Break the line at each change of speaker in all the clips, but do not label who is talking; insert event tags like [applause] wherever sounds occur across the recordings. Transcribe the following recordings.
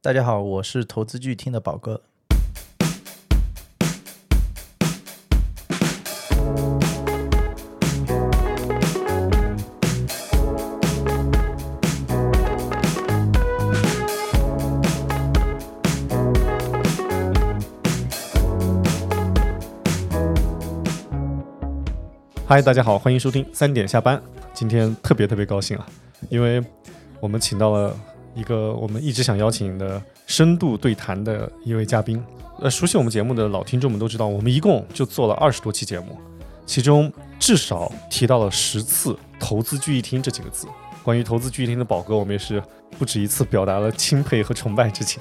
大家好，我是投资剧听的宝哥。
嗨，大家好，欢迎收听三点下班。今天特别特别高兴啊，因为我们请到了一个我们一直想邀请的深度对谈的一位嘉宾。呃，熟悉我们节目的老听众们都知道，我们一共就做了二十多期节目，其中至少提到了十次“投资聚义厅”这几个字。关于投资聚义厅的宝哥，我们也是不止一次表达了钦佩和崇拜之情。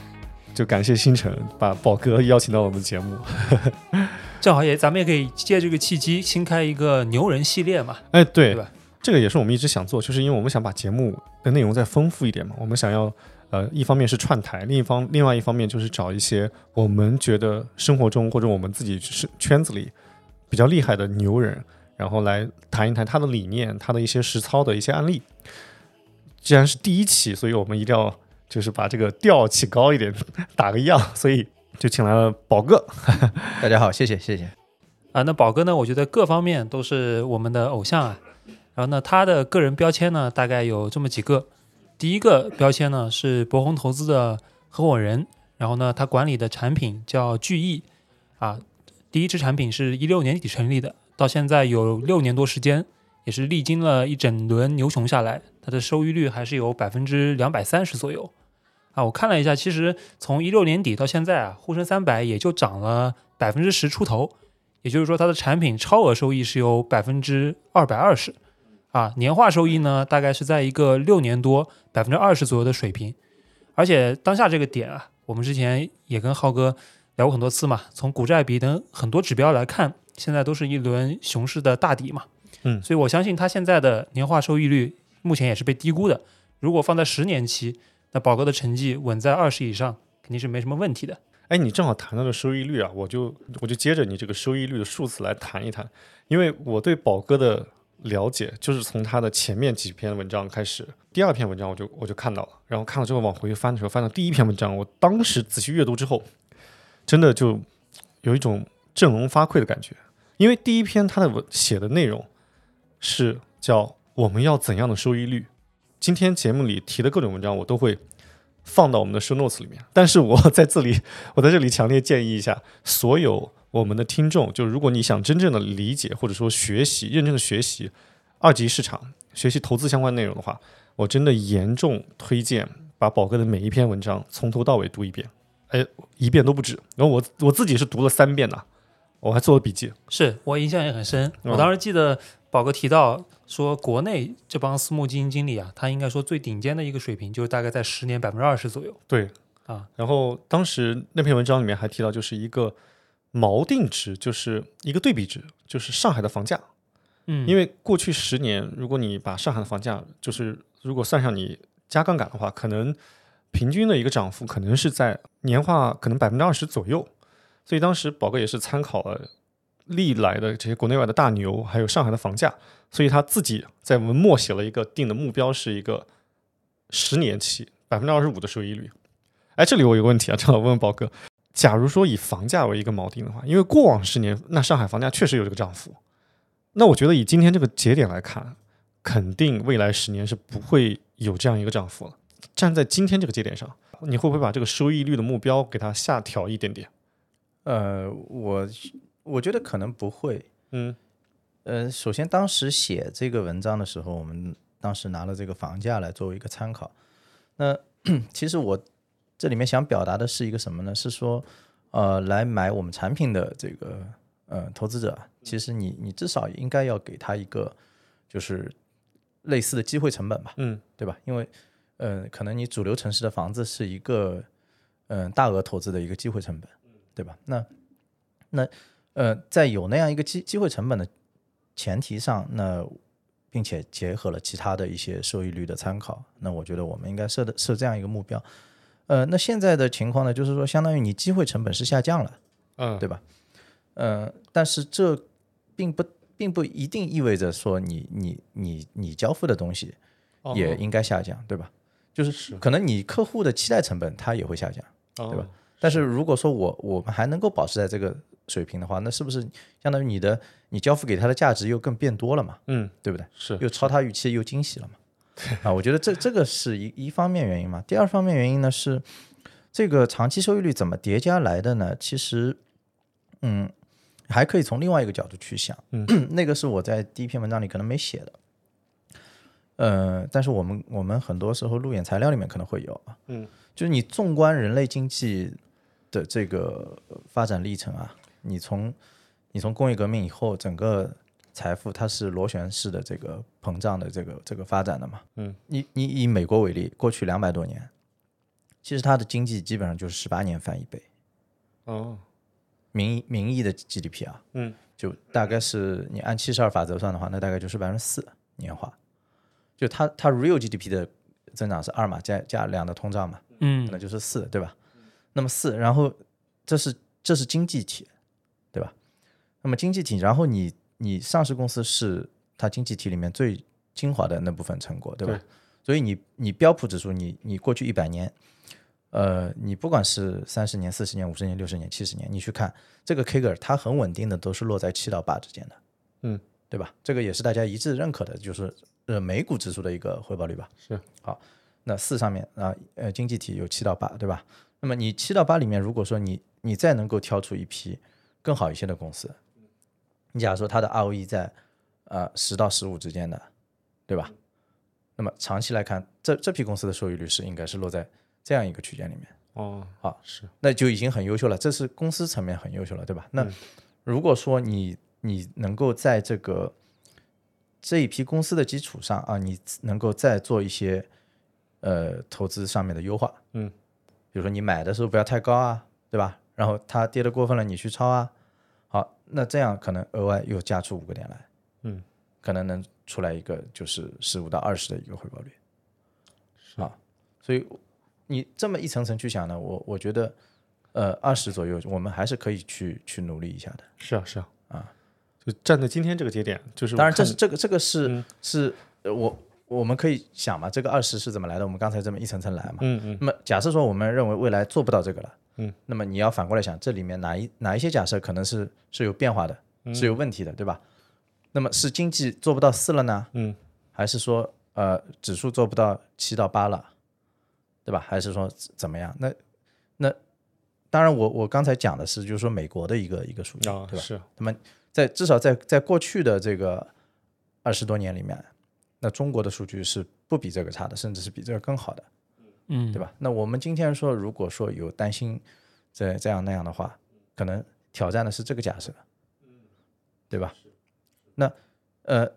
就感谢星辰把宝哥邀请到我们节目。
正好也咱们也可以借这个契机新开一个牛人系列嘛。
哎，对，
对吧
这个也是我们一直想做，就是因为我们想把节目的内容再丰富一点嘛。我们想要，呃，一方面是串台，另一方另外一方面就是找一些我们觉得生活中或者我们自己是圈子里比较厉害的牛人，然后来谈一谈他的理念、他的一些实操的一些案例。既然是第一期，所以我们一定要就是把这个调起高一点， [laughs] 打个样，所以就请来了宝哥。
大家好，谢谢谢谢。
啊，那宝哥呢，我觉得各方面都是我们的偶像啊。然后呢，他的个人标签呢，大概有这么几个。第一个标签呢是博宏投资的合伙人，然后呢，他管理的产品叫聚义啊。第一支产品是一六年底成立的，到现在有六年多时间，也是历经了一整轮牛熊下来，它的收益率还是有百分之两百三十左右啊。我看了一下，其实从一六年底到现在啊，沪深三百也就涨了百分之十出头，也就是说它的产品超额收益是有百分之二百二十，啊，年化收益呢大概是在一个六年多百分之二十左右的水平，而且当下这个点啊，我们之前也跟浩哥聊过很多次嘛，从股债比等很多指标来看，现在都是一轮熊市的大底嘛，
嗯
所以我相信它现在的年化收益率目前也是被低估的，如果放在十年期，那宝哥的成绩稳在二十以上肯定是没什么问题的。
哎，你正好谈到了收益率啊，我就我就接着你这个收益率的数字来谈一谈，因为我对宝哥的了解就是从他的前面几篇文章开始，第二篇文章我就我就看到了，然后看了之后往回翻的时候，翻到第一篇文章，我当时仔细阅读之后，真的就有一种振聋发聩的感觉，因为第一篇他的文写的内容是叫我们要怎样的收益率，今天节目里提的各种文章我都会。放到我们的 show notes 里面，但是我在这里我在这里强烈建议一下，所有我们的听众，就如果你想真正的理解或者说学习、认真的学习二级市场、学习投资相关内容的话，我真的严重推荐把宝哥的每一篇文章从头到尾读一遍，哎，一遍都不止。然后我我自己是读了三遍呐，我还做了笔记。
是我印象也很深。
嗯
我当时记得宝哥提到说，国内这帮私募基金经理啊，他应该说最顶尖的一个水平就是大概在十年百分之二十左右
对，
啊。
然后当时那篇文章里面还提到，就是一个锚定值，就是一个对比值，就是上海的房价。
嗯，
因
为
为过去十年，如果你把上海的房价，就是如果算上你加杠杆的话，可能平均的一个涨幅可能是在年化可能百分之二十左右。所以当时宝哥也是参考了历来的这些国内外的大牛，还有上海的房价，所以他自己在文末写了一个定的目标是一个十年期百分之二十五的收益率。哎，这里我有个问题啊，正好问问宝哥，假如说以房价为一个锚定的话，因为过往十年那上海房价确实有这个涨幅，那我觉得以今天这个节点来看，肯定未来十年是不会有这样一个涨幅了。站在今天这个节点上，你会不会把这个收益率的目标给它下调一点点？
呃，我我觉得可能不会。
嗯
呃，首先当时写这个文章的时候，我们当时拿了这个房价来作为一个参考。那 [clears throat] 其实我这里面想表达的是一个什么呢？是说，呃，来买我们产品的这个呃投资者，其实你你至少应该要给他一个就是类似的机会成本吧。
嗯
对吧？因为，呃，可能你主流城市的房子是一个，嗯、大额投资的一个机会成本，对吧？那，那，呃，在有那样一个机机会成本的前提上，那并且结合了其他的一些收益率的参考，那我觉得我们应该设的设这样一个目标。呃，那现在的情况呢，就是说，相当于你机会成本是下降了，
嗯，
对吧？呃，但是这并不并不一定意味着说你你你你交付的东西
哦
也应该下降，对吧？就是可能你客户的期待成本它也会下降。
对
吧？但是如果说我我们还能够保持在这个水平的话，那是不是相当于你的你交付给他的价值又更变多了嘛？
嗯，
对不对？
是
又超他预期，又惊喜
[laughs]
了嘛？啊，我觉得这这个是一一方面原因嘛。第二方面原因呢是这个长期收益率怎么叠加来的呢？其实，嗯，还可以从另外一个角度去想，嗯、 [clears throat] 那个是我在第一篇文章里可能没写的。呃，但是我们我们很多时候路演材料里面可能会有啊，
嗯，
就是你纵观人类经济的这个发展历程啊，你从你从工业革命以后，整个财富它是螺旋式的这个膨胀的这个这个发展的嘛，
嗯，
你你以美国为例，过去两百多年，其实它的经济基本上就是十八年翻一倍，
哦，
名名义的 GDP 啊，
嗯，
就大概是你按七十二法则算的话，那大概就是百分之四年化，就它它 real GDP 的增长是二嘛，加加两的通胀嘛，
嗯
可能就是四，对吧？那么四，然后这是这是经济体，对吧？那么经济体，然后你你上市公司是它经济体里面最精华的那部分成果，对吧？
对
所以你你标普指数，你你过去一百年，呃，你不管是三十年、四十年、五十年、六十年、七十年，你去看这个 Kager，它很稳定的都是落在七到八之间的，
嗯，
对吧？这个也是大家一致认可的，就是呃美股指数的一个回报率吧。
是
好，那四上面啊呃经济体有七到八，对吧？那么你七到八里面，如果说你你再能够挑出一批更好一些的公司，你假如说它的 ROE 在呃十到十五之间的，对吧？那么长期来看，这这批公司的收益率是应该是落在这样一个区间里面。
哦，
好
是
那就已经很优秀了，这是公司层面很优秀了，对吧？那
嗯
如果说你你能够在这个这一批公司的基础上啊，你能够再做一些呃投资上面的优化，
嗯，
比如说你买的时候不要太高啊，对吧？然后它跌的过分了，你去抄啊，好，那这样可能额外又加出五个点来，
嗯，
可能能出来一个就是十五到二十的一个回报率，啊，所以你这么一层层去想呢，我我觉得。呃二十左右，我们还是可以去去努力一下的。
是啊是啊啊，就站在今天这个节点，就是
当然，
我
这
看
是这个这个是、
嗯
是呃我我们可以想嘛，这个二十是怎么来的？我们刚才这么一层层来嘛。
嗯嗯
那么假设说我们认为未来做不到这个了，
嗯，
那么你要反过来想，这里面哪一哪一些假设可能是是有变化的，
嗯
是有问题的，对吧？那么是经济做不到四了呢，
嗯，
还是说呃指数做不到七到八了，对吧？还是说怎么样？那那当然我，我刚才讲的是就是说美国的一个一个数据，
啊
对吧？
是
在至少在在过去的这个二十多年里面，那中国的数据是不比这个差的，甚至是比这个更好的。
嗯，
对吧？那我们今天说，如果说有担心这这样那样的话，可能挑战的是这个假设，对吧？那呃，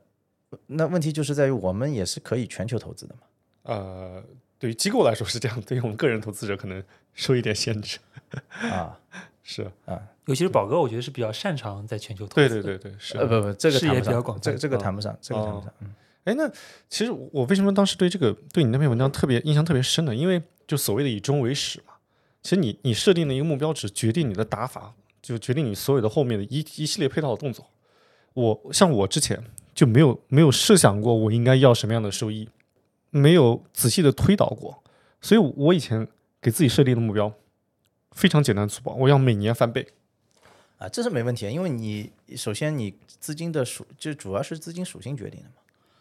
那问题就是在于我们也是可以全球投资的嘛，
呃，对于机构来说是这样，对于我们个人投资者可能受一点限制，
[laughs] 啊
是
啊，
尤其是宝哥，我觉得是比较擅长在全球投
对
资。
对对对是啊
呃。不不，这个
视
谈
野
不
比较
上，
广
这个嗯这个
泛
谈不上，这个谈不上，嗯
哎，那其实我为什么当时对这个对你那篇文章特别印象特别深呢？因为就所谓的以终为始嘛，其实你你设定的一个目标值决定你的打法，就决定你所有的后面的一一系列配套的动作。我像我之前就没有没有设想过我应该要什么样的收益，没有仔细的推导过，所以我以前给自己设定的目标非常简单粗暴，我要每年翻倍。
啊，这是没问题，因为你首先你资金的属，就主要是资金属性决定的嘛。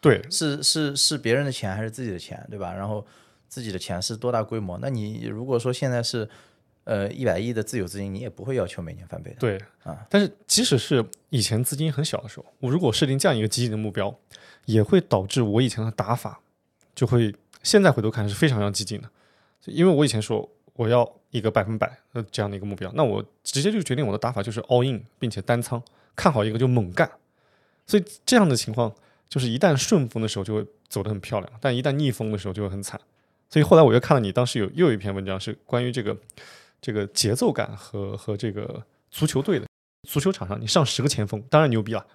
对，
是是是别人的钱还是自己的钱，对吧？然后自己的钱是多大规模？那你如果说现在是呃一百亿的自有资金，你也不会要求每年翻倍的。
对
啊，
但是即使是以前资金很小的时候，我如果设定这样一个激进的目标，也会导致我以前的打法就会现在回头看是非常非常激进的，因为我以前说我要一个百分百呃这样的一个目标，那我直接就决定我的打法就是 all in，并且单仓看好一个就猛干，所以这样的情况就是一旦顺风的时候就会走得很漂亮，但一旦逆风的时候就会很惨。所以后来我又看了你当时有又有一篇文章是关于这个这个节奏感和和这个足球队的足球场上，你上十个前锋，当然牛逼了，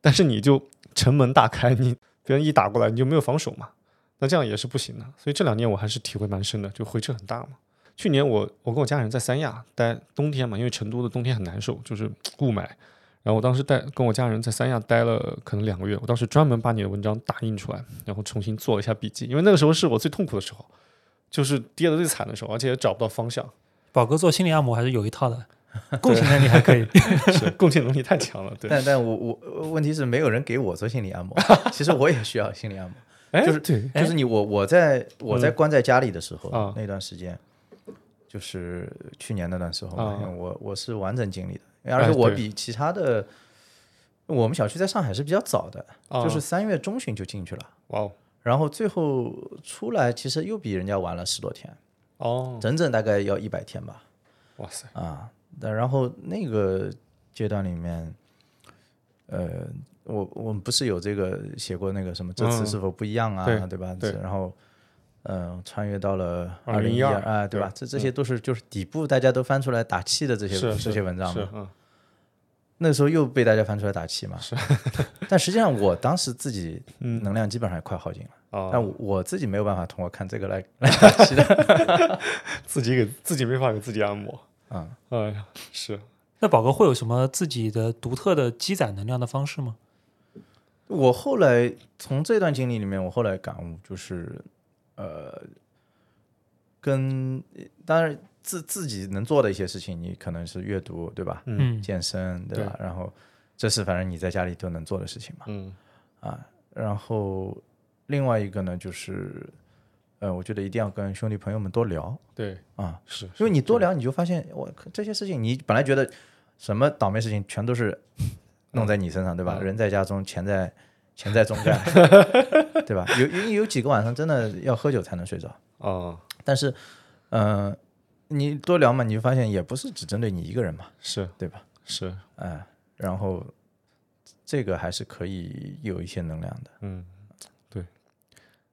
但是你就城门大开，你别人一打过来，你就没有防守嘛，那这样也是不行的。所以这两年我还是体会蛮深的，就回撤很大嘛。去年我我跟我家人在三亚待冬天嘛，因为成都的冬天很难受，就是雾霾。然后我当时带跟我家人在三亚待了可能两个月，我当时专门把你的文章打印出来，然后重新做了一下笔记，因为那个时候是我最痛苦的时候，就是跌得最惨的时候，而且也找不到方向， [laughs]
宝哥做心理按摩还是有一套的，共情能力还可以。
是共情能力太强了。对，
但但我我呃问题是没有人给我做心理按
[laughs]
摩，其实我也需要心理按摩。
哎，
就是
对，
就是你我我在我在关在家里的时候，
啊
那段时间，就是去年那段时候，
啊
我我是完整经历的，
哎
而且我
对
比其他的，我们小区在上海是比较早的，
啊
就是三月中旬就进去了，
哇哦，
然后最后出来其实又比人家晚了十多天，
哦，
整整大概要一百天吧。
哇塞，
啊，但然后那个阶段里面，呃，我我们不是有这个写过那个什么这次
嗯
是否不一样啊，
对
对吧？
对
然后，嗯、穿越到了二零
2012
二啊，对吧？这这些都是就是底部大家都翻出来打气的这些
嗯是
这些文章
是
嘛。
嗯
那时候又被大家翻出来打气嘛。 [laughs] 但实际上，我当时自己能量基本上也快耗尽了，
啊，
但我我自己没有办法通过看这个来
自己给自己没法给自己按摩，
啊、
哎呀，是
那宝哥会有什么自己的独特的积攒能量的方式吗？
我后来从这段经历里面，我后来感悟就是，呃，跟当然自自己能做的一些事情，你可能是阅读，对吧？
嗯
嗯
健身，对吧？然后这是反正你在家里都能做的事情嘛。
嗯
啊，然后另外一个呢，就是，呃，我觉得一定要跟兄弟朋友们多聊
对
啊，
是，
因为你多聊，你就发现我靠这些事情，你本来觉得什么倒霉事情全都是弄在你身上，对吧？
嗯
人在家中，钱在钱在中 [laughs] 间，对吧？有有有几个晚上真的要喝酒才能睡着，
啊
但是，嗯，你多聊嘛，你就发现也不是只针对你一个人嘛，
是
对吧？
是
哎、然后这个还是可以有一些能量的。
嗯对，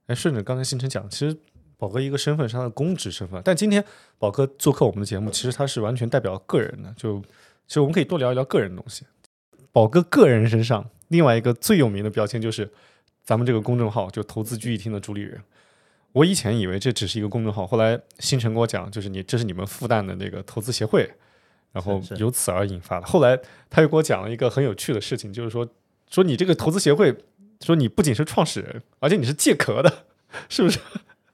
哎，顺着刚才星辰讲，其实宝哥一个身份是他的公职身份，但今天宝哥做客我们的节
嗯
目，其实他是完全代表个人的，就其实我们可以多聊一聊个人的东西。宝哥个人身上另外一个最有名的标签就是咱们这个公众号，就投资聚义厅的主理人。我以前以为这只是一个公众号，后来星辰跟我讲，就是你这是你们复旦的那个投资协会，然后
是是
由此而引发的。后来他又给我讲了一个很有趣的事情，就是说说你这个投资协会，说你不仅是创始人，而且你是借壳的， [laughs] 是不是？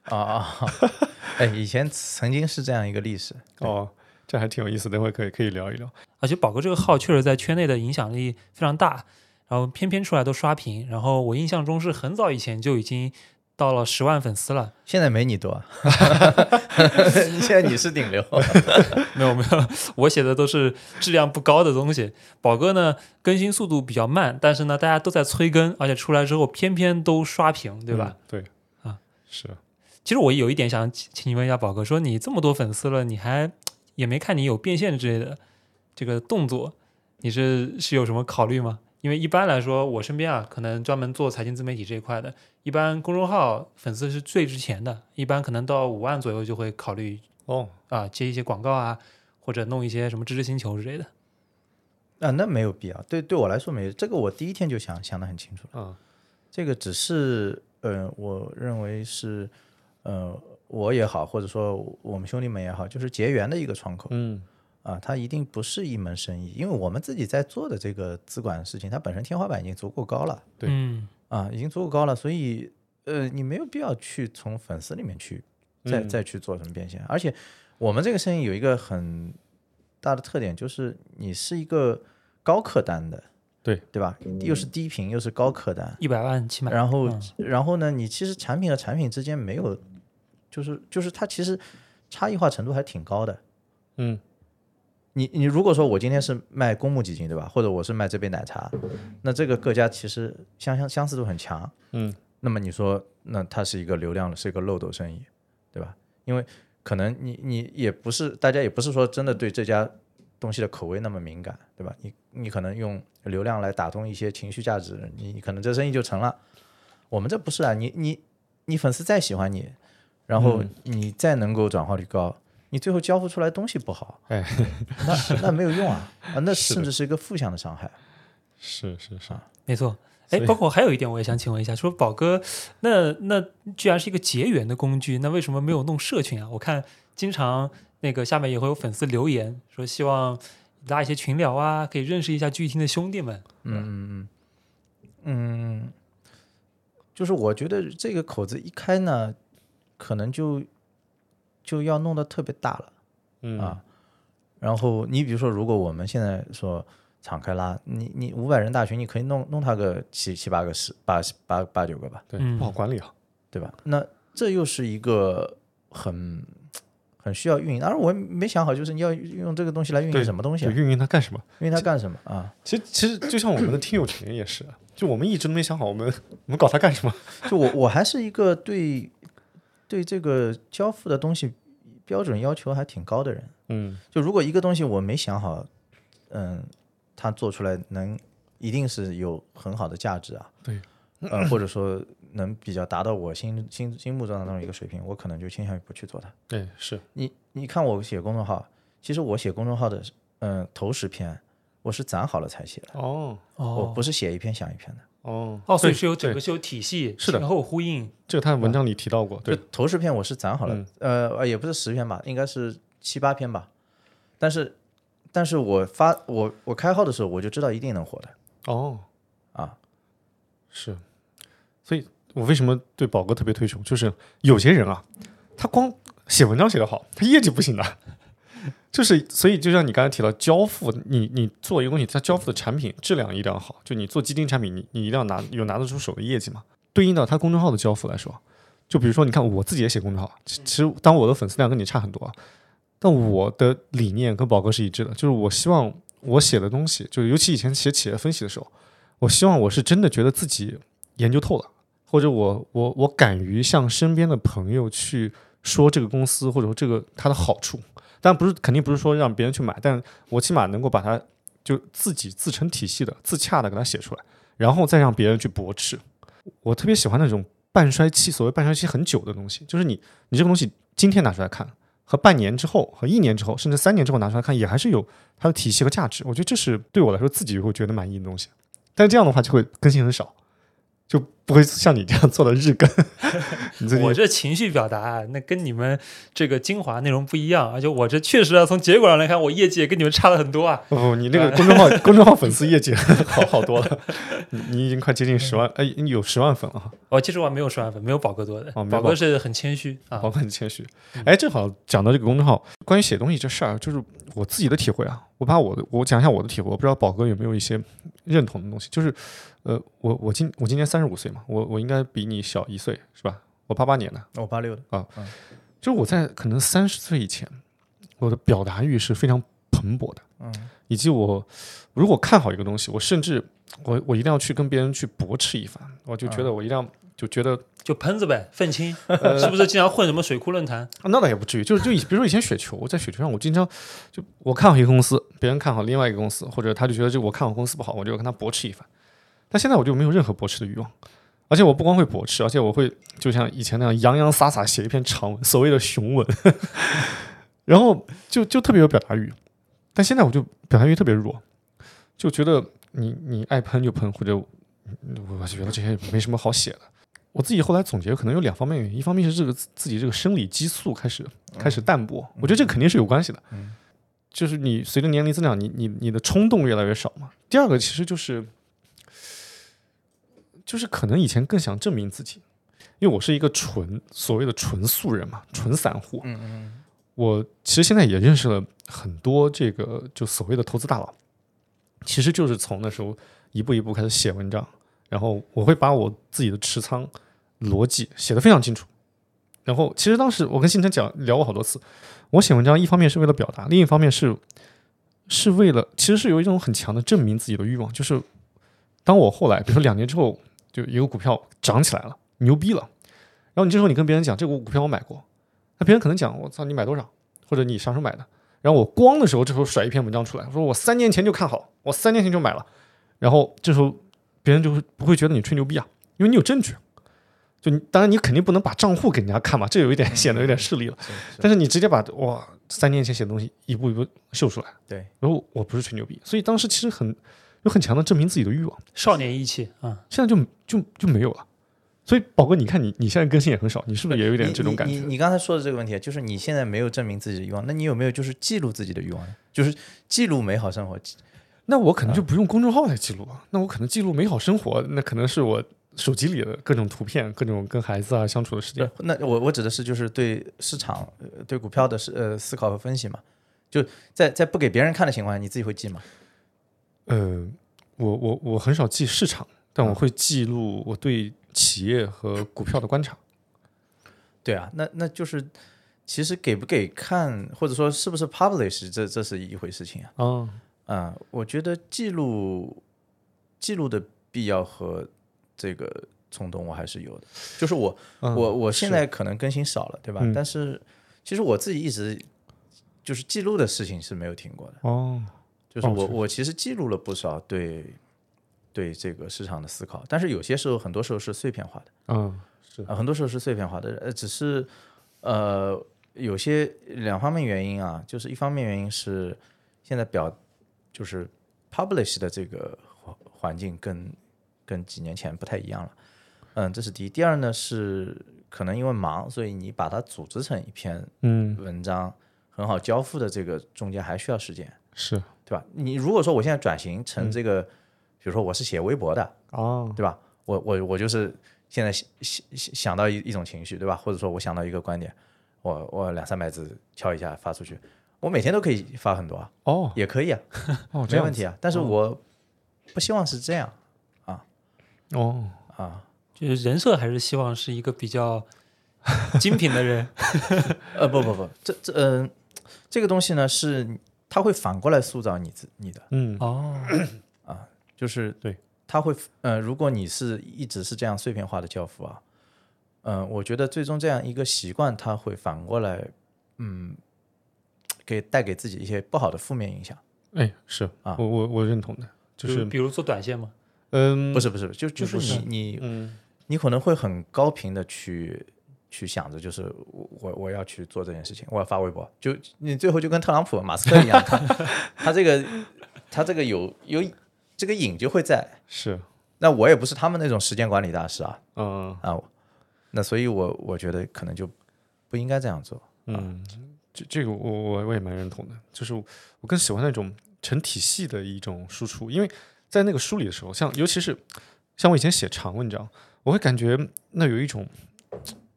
啊啊！啊 [laughs] 哎，以前曾经是这样一个历史，对
哦，这还挺有意思，等会可以可以聊一聊。
而且宝哥这个号确实在圈内的影响力非常大，然后偏偏出来都刷屏，然后我印象中是很早以前就已经到了十万粉丝了，
现在没你多，啊 [laughs] 现在你是顶流。
[laughs] 没有没有，我写的都是质量不高的东西。宝哥呢，更新速度比较慢，但是呢，大家都在催更，而且出来之后偏偏都刷屏，对吧？
嗯？对
啊，
是
其实我有一点想请请问一下宝哥，说你这么多粉丝了，你还也没看你有变现之类的这个动作，你是是有什么考虑吗？因为一般来说，我身边啊，可能专门做财经自媒体这一块的，一般公众号粉丝是最值钱的，一般可能到五万左右就会考虑
哦，
啊接一些广告啊，或者弄一些什么知识星球之类的。
啊，那没有必要。对，对我来说没有这个，我第一天就想想得很清楚了。
啊，
这个只是，呃，我认为是，呃，我也好，或者说我们兄弟们也好，就是结缘的一个窗口
嗯
啊。它一定不是一门生意，因为我们自己在做的这个资管事情，它本身天花板已经足够高了
对
嗯，
啊，已经足够高了，所以，呃，你没有必要去从粉丝里面去再
嗯
再去做什么变现。而且，我们这个生意有一个很大的特点，就是你是一个高客单的，
对
对吧？又是低频，又是高客单，
一百万起码。
然后
嗯
然后呢，你其实产品和产品之间没有，就是就是它其实差异化程度还挺高的。
嗯
你你如果说我今天是卖公募基金，对吧？或者我是卖这杯奶茶，那这个各家其实相相相似度很强。
嗯，
那么你说，那它是一个流量的，是一个漏斗生意，对吧？因为可能你你也不是大家也不是说真的对这家东西的口味那么敏感，对吧？你你可能用流量来打通一些情绪价值，你你可能这生意就成了。我们这不是啊，你你你粉丝再喜欢你，然后
嗯
你再能够转化率高，你最后交付出来东西不好，
哎，
那那没有用
[laughs]
啊啊，那
是的
甚至是一个负向的伤害。
是是是，
没错。
所
哎
以，
包括还有一点，我也想请问一下，说宝哥，那那既然是一个结缘的工具，那为什么没有弄社群啊？我看经常那个下面也会有粉丝留言说，希望拉一些群聊啊，可以认识一下聚义厅的兄弟们。
嗯嗯嗯，嗯，就是我觉得这个口子一开呢，可能就就要弄得特别大了。
嗯
啊然后你比如说，如果我们现在说敞开拉，你你五百人大群，你可以弄弄它个七七八个十八八八九个吧，
对，
嗯
不好管理啊。
对吧？那这又是一个很很需要运营，当然我也没想好，就是你要用这个东西来运营
对
什么东西、
就
啊，
运营它干什么？
运营它干什么啊？
其实其实就像我们的听友群也是，就我们一直都没想好我们我们搞它干什么。
就我我还是一个对对这个交付的东西标准要求还挺高的人。
嗯
就如果一个东西我没想好，嗯，它做出来能一定是有很好的价值啊，
对，
呃，或者说能比较达到我心心心目中的那种一个水平，我可能就倾向于不去做它。
对，嗯哎是
你你看我写公众号，其实我写公众号的嗯、呃头十篇我是攒好了才写的，
哦
我
哦
不是写一篇想一篇的。
哦
哦，所以
对
是有整
对
个是有体系，
是的
前后呼应，
这个他文章里提到过，对
就，头十篇我是攒好了，
嗯
呃，也不是十篇吧，应该是七八篇吧。但是，但是我发我我开号的时候，我就知道一定能火的
哦
啊。
是，所以我为什么对宝哥特别推崇，就是有些人啊，他光写文章写得好，他业绩不行的。就是，所以就像你刚才提到交付，你你做一个东西，它交付的产品质量一定要好。就你做基金产品，你你一定要拿有拿得出手的业绩嘛。对应到他公众号的交付来说，就比如说，你看我自己也写公众号，其其实当我的粉丝量跟你差很多啊，但我的理念跟宝哥是一致的，就是我希望我写的东西，就是尤其以前写企业分析的时候，我希望我是真的觉得自己研究透了，或者我我我敢于向身边的朋友去说这个公司或者说这个它的好处，但不是肯定不是说让别人去买，但我起码能够把它就自己自成体系的自洽的给它写出来，然后再让别人去驳斥。我特别喜欢那种半衰期，所谓半衰期很久的东西，就是你你这个东西今天拿出来看。和半年之后、和一年之后，甚至三年之后拿出来看，也还是有它的体系和价值。我觉得这是对我来说自己会觉得满意的东西。但这样的话就会更新很少，就不会像你这样做的日更。 [laughs] 你最近
我这情绪表达啊那跟你们这个精华内容不一样，而且我这确实啊，从结果上来看，我业绩也跟你们差了很多啊。
不不，你那个公众号公众号粉丝业绩好好多了，你你已经快接近十万，哎，你有十万粉了，
哦，其实我还没有十万粉，没有宝哥多的，
哦没有
宝
宝
哥是很谦虚啊
好，很谦虚。哎，正好讲到这个公众号，关于写东西这事儿，啊就是我自己的体会啊，我把我的我讲一下我的体会，我不知道宝哥有没有一些认同的东西，就是呃，我我今我今年三十五岁嘛，我我应该比你小一岁是吧？我哦八八年的，
我八六的，
就是我在可能三十岁以前，我的表达欲是非常蓬勃的，
嗯，
以及我如果看好一个东西，我甚至我我一定要去跟别人去驳斥一番，我就觉得我一定要就觉得
就喷子呗，愤青，是不是经常混什么水库论坛？
啊那倒也不至于，就是就以比如说以前雪球，我在雪球上，我经常就我看好一个公司，别人看好另外一个公司，或者他就觉得这个我看好公司不好，我就要跟他驳斥一番。但现在我就没有任何驳斥的欲望，而且我不光会驳斥，而且我会就像以前那样洋洋洒洒写一篇长文，所谓的雄文， [laughs] 然后就就特别有表达欲。但现在我就表达欲特别弱，就觉得你你爱喷就喷，或者我我觉得这些没什么好写的。我自己后来总结，可能有两方面原因，一方面是这个自自己这个生理激素开始开始淡薄，我觉得这肯定是有关系的。
嗯
就是你随着年龄增长，你你你的冲动越来越少嘛。第二个其实就是，就是可能以前更想证明自己，因为我是一个纯所谓的纯素人嘛，纯散户。
嗯嗯
我其实现在也认识了很多这个就所谓的投资大佬，其实就是从那时候一步一步开始写文章，然后我会把我自己的持仓逻辑写得非常清楚。然后其实当时我跟新晨讲聊过好多次，我写文章一方面是为了表达，另一方面是是为了其实是有一种很强的证明自己的欲望，就是当我后来比如说两年之后，就一个股票涨起来了，牛逼了，然后你这时候你跟别人讲这个股票我买过，那别人可能讲我操你买多少，或者你啥时候买的？然后我光的时候，这时候甩一篇文章出来，我说我三年前就看好，我三年前就买了。然后这时候别人就会不会觉得你吹牛逼啊？因为你有证据。就你当然你肯定不能把账户给人家看嘛，这有一点显得有点势利了。
嗯，是是
但是你直接把哇三年前写的东西一步一步秀出来，
对，
然后我不是吹牛逼，所以当时其实很有很强的证明自己的欲望。
少年义气啊，
现在就就就没有了。所以宝哥，你看你你现在更新也很少，你是不是也有点这种感
你你
觉？
你刚才说的这个问题，就是你现在没有证明自己的欲望，那你有没有就是记录自己的欲望呢？就是记录美好生活，嗯
那我可能就不用公众号来记录啊，那我可能记录美好生活，那可能是我手机里的各种图片，各种跟孩子啊相处的时间。
那我我指的是就是对市场、呃对股票的思呃思考和分析嘛，就在在不给别人看的情况下，你自己会记吗？
呃，我我我很少记市场，但我
嗯
会记录我对企业和股票的观察。
对啊，那那就是其实给不给看，或者说是不是 publish，这这是一回事情啊。
啊，
啊、我觉得记录记录的必要和这个冲动我还是有的。就是我、我我现在可能更新少了，对吧？
嗯
但是其实我自己一直就是记录的事情是没有停过的。
哦，
就是
哦
我
是
我其实记录了不少对对这个市场的思考，但是有些时候很多时候是碎片化的。
嗯，是
啊，很多时候是碎片化的，呃，只是呃有些两方面原因啊，就是一方面原因是现在表就是 publish 的这个环环境跟跟几年前不太一样了，嗯，这是第一。第二呢是可能因为忙，所以你把它组织成一篇
嗯，
文章很好交付的这个中间还需要时间，
是
对吧？你如果说我现在转型成这个，比如说我是写微博的，
哦，
对吧？我我我就是现在想想想想到一一种情绪，对吧？或者说我想到一个观点，我我两三百字敲一下发出去，我每天都可以发很多啊，
哦，
也可以啊，
哦，
没
这样
问题啊。但是我不希望是这样
子，哦，
啊，
就是人设还是希望是一个比较精品的 [laughs] 人。
呃，不不不，这这嗯、这个东西呢是它会反过来塑造你自你的，
嗯，
哦，
就是
对，
它会呃，如果你是一直是这样碎片化的交付啊，嗯、我觉得最终这样一个习惯，它会反过来，嗯，给带给自己一些不好的负面影响。
哎，是
啊
我我我认同的，就
比如
是
比如做短线嘛，
嗯，
不是不是，就就是
不是
你你
嗯，
你可能会很高频的去去想着，就是我我我要去做这件事情，我要发微博，就你最后就跟特朗普、马斯克一样，他 [laughs] 他这个他这个有有这个瘾就会在。
是，
那我也不是他们那种时间管理大师啊，
嗯
啊，那所以我我觉得可能就不应该这样做。
嗯，这这个我我我也蛮认同的，就是我更喜欢那种成体系的一种输出，因为在那个梳理的时候，像尤其是像我以前写长文章，我会感觉那有一种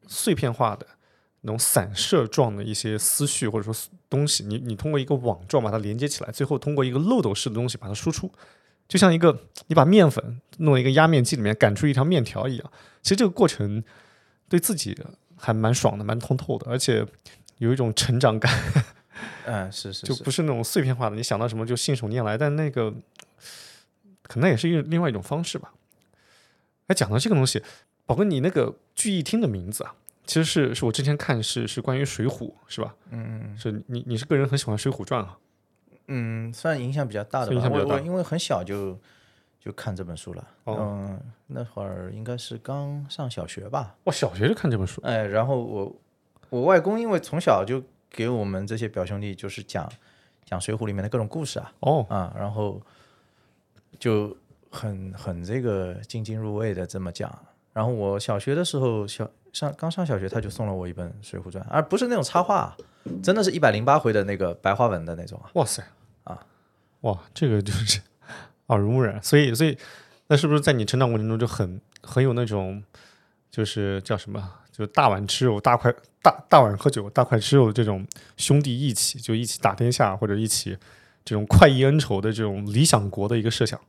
碎片化的。那种散射状的一些思绪或者说东西，你你通过一个网状把它连接起来，最后通过一个漏斗式的东西把它输出，就像一个你把面粉弄一个压面机里面擀出一条面条一样。其实这个过程对自己还蛮爽的，蛮通透的，而且有一种成长感，
嗯，是是，
就是不是那种碎片化的，你想到什么就信手拈来。但那个可能也是一另外一种方式吧。哎，讲到这个东西，宝哥，你那个聚义厅的名字啊，其实是是我之前看是是关于《水浒》是吧？
嗯
是你你是个人很喜欢《水浒传》啊？
嗯，算影响比较大的
算影
吧。
响比
我
较大
我因为很小就就看这本书了，
哦
嗯，那会儿应该是刚上小学吧。
我小学就看这本书，
哎，然后我我外公因为从小就给我们这些表兄弟就是讲讲《水浒》里面的各种故事啊
哦，
啊，然后就很很这个津津入味的这么讲。然后我小学的时候，小上刚上小学，他就送了我一本《水浒传》，而不是那种插画啊，真的是一百零八回的那个白话文的那种啊。
哇塞
啊，
哇，这个就是 [laughs] 耳濡目染，所以所以那是不是在你成长过程中就很很有那种就是叫什么，就大碗吃肉，大块大大碗喝酒，大块吃肉这种兄弟义气，就一起打天下或者一起这种快意恩仇的这种理想国的一个设想，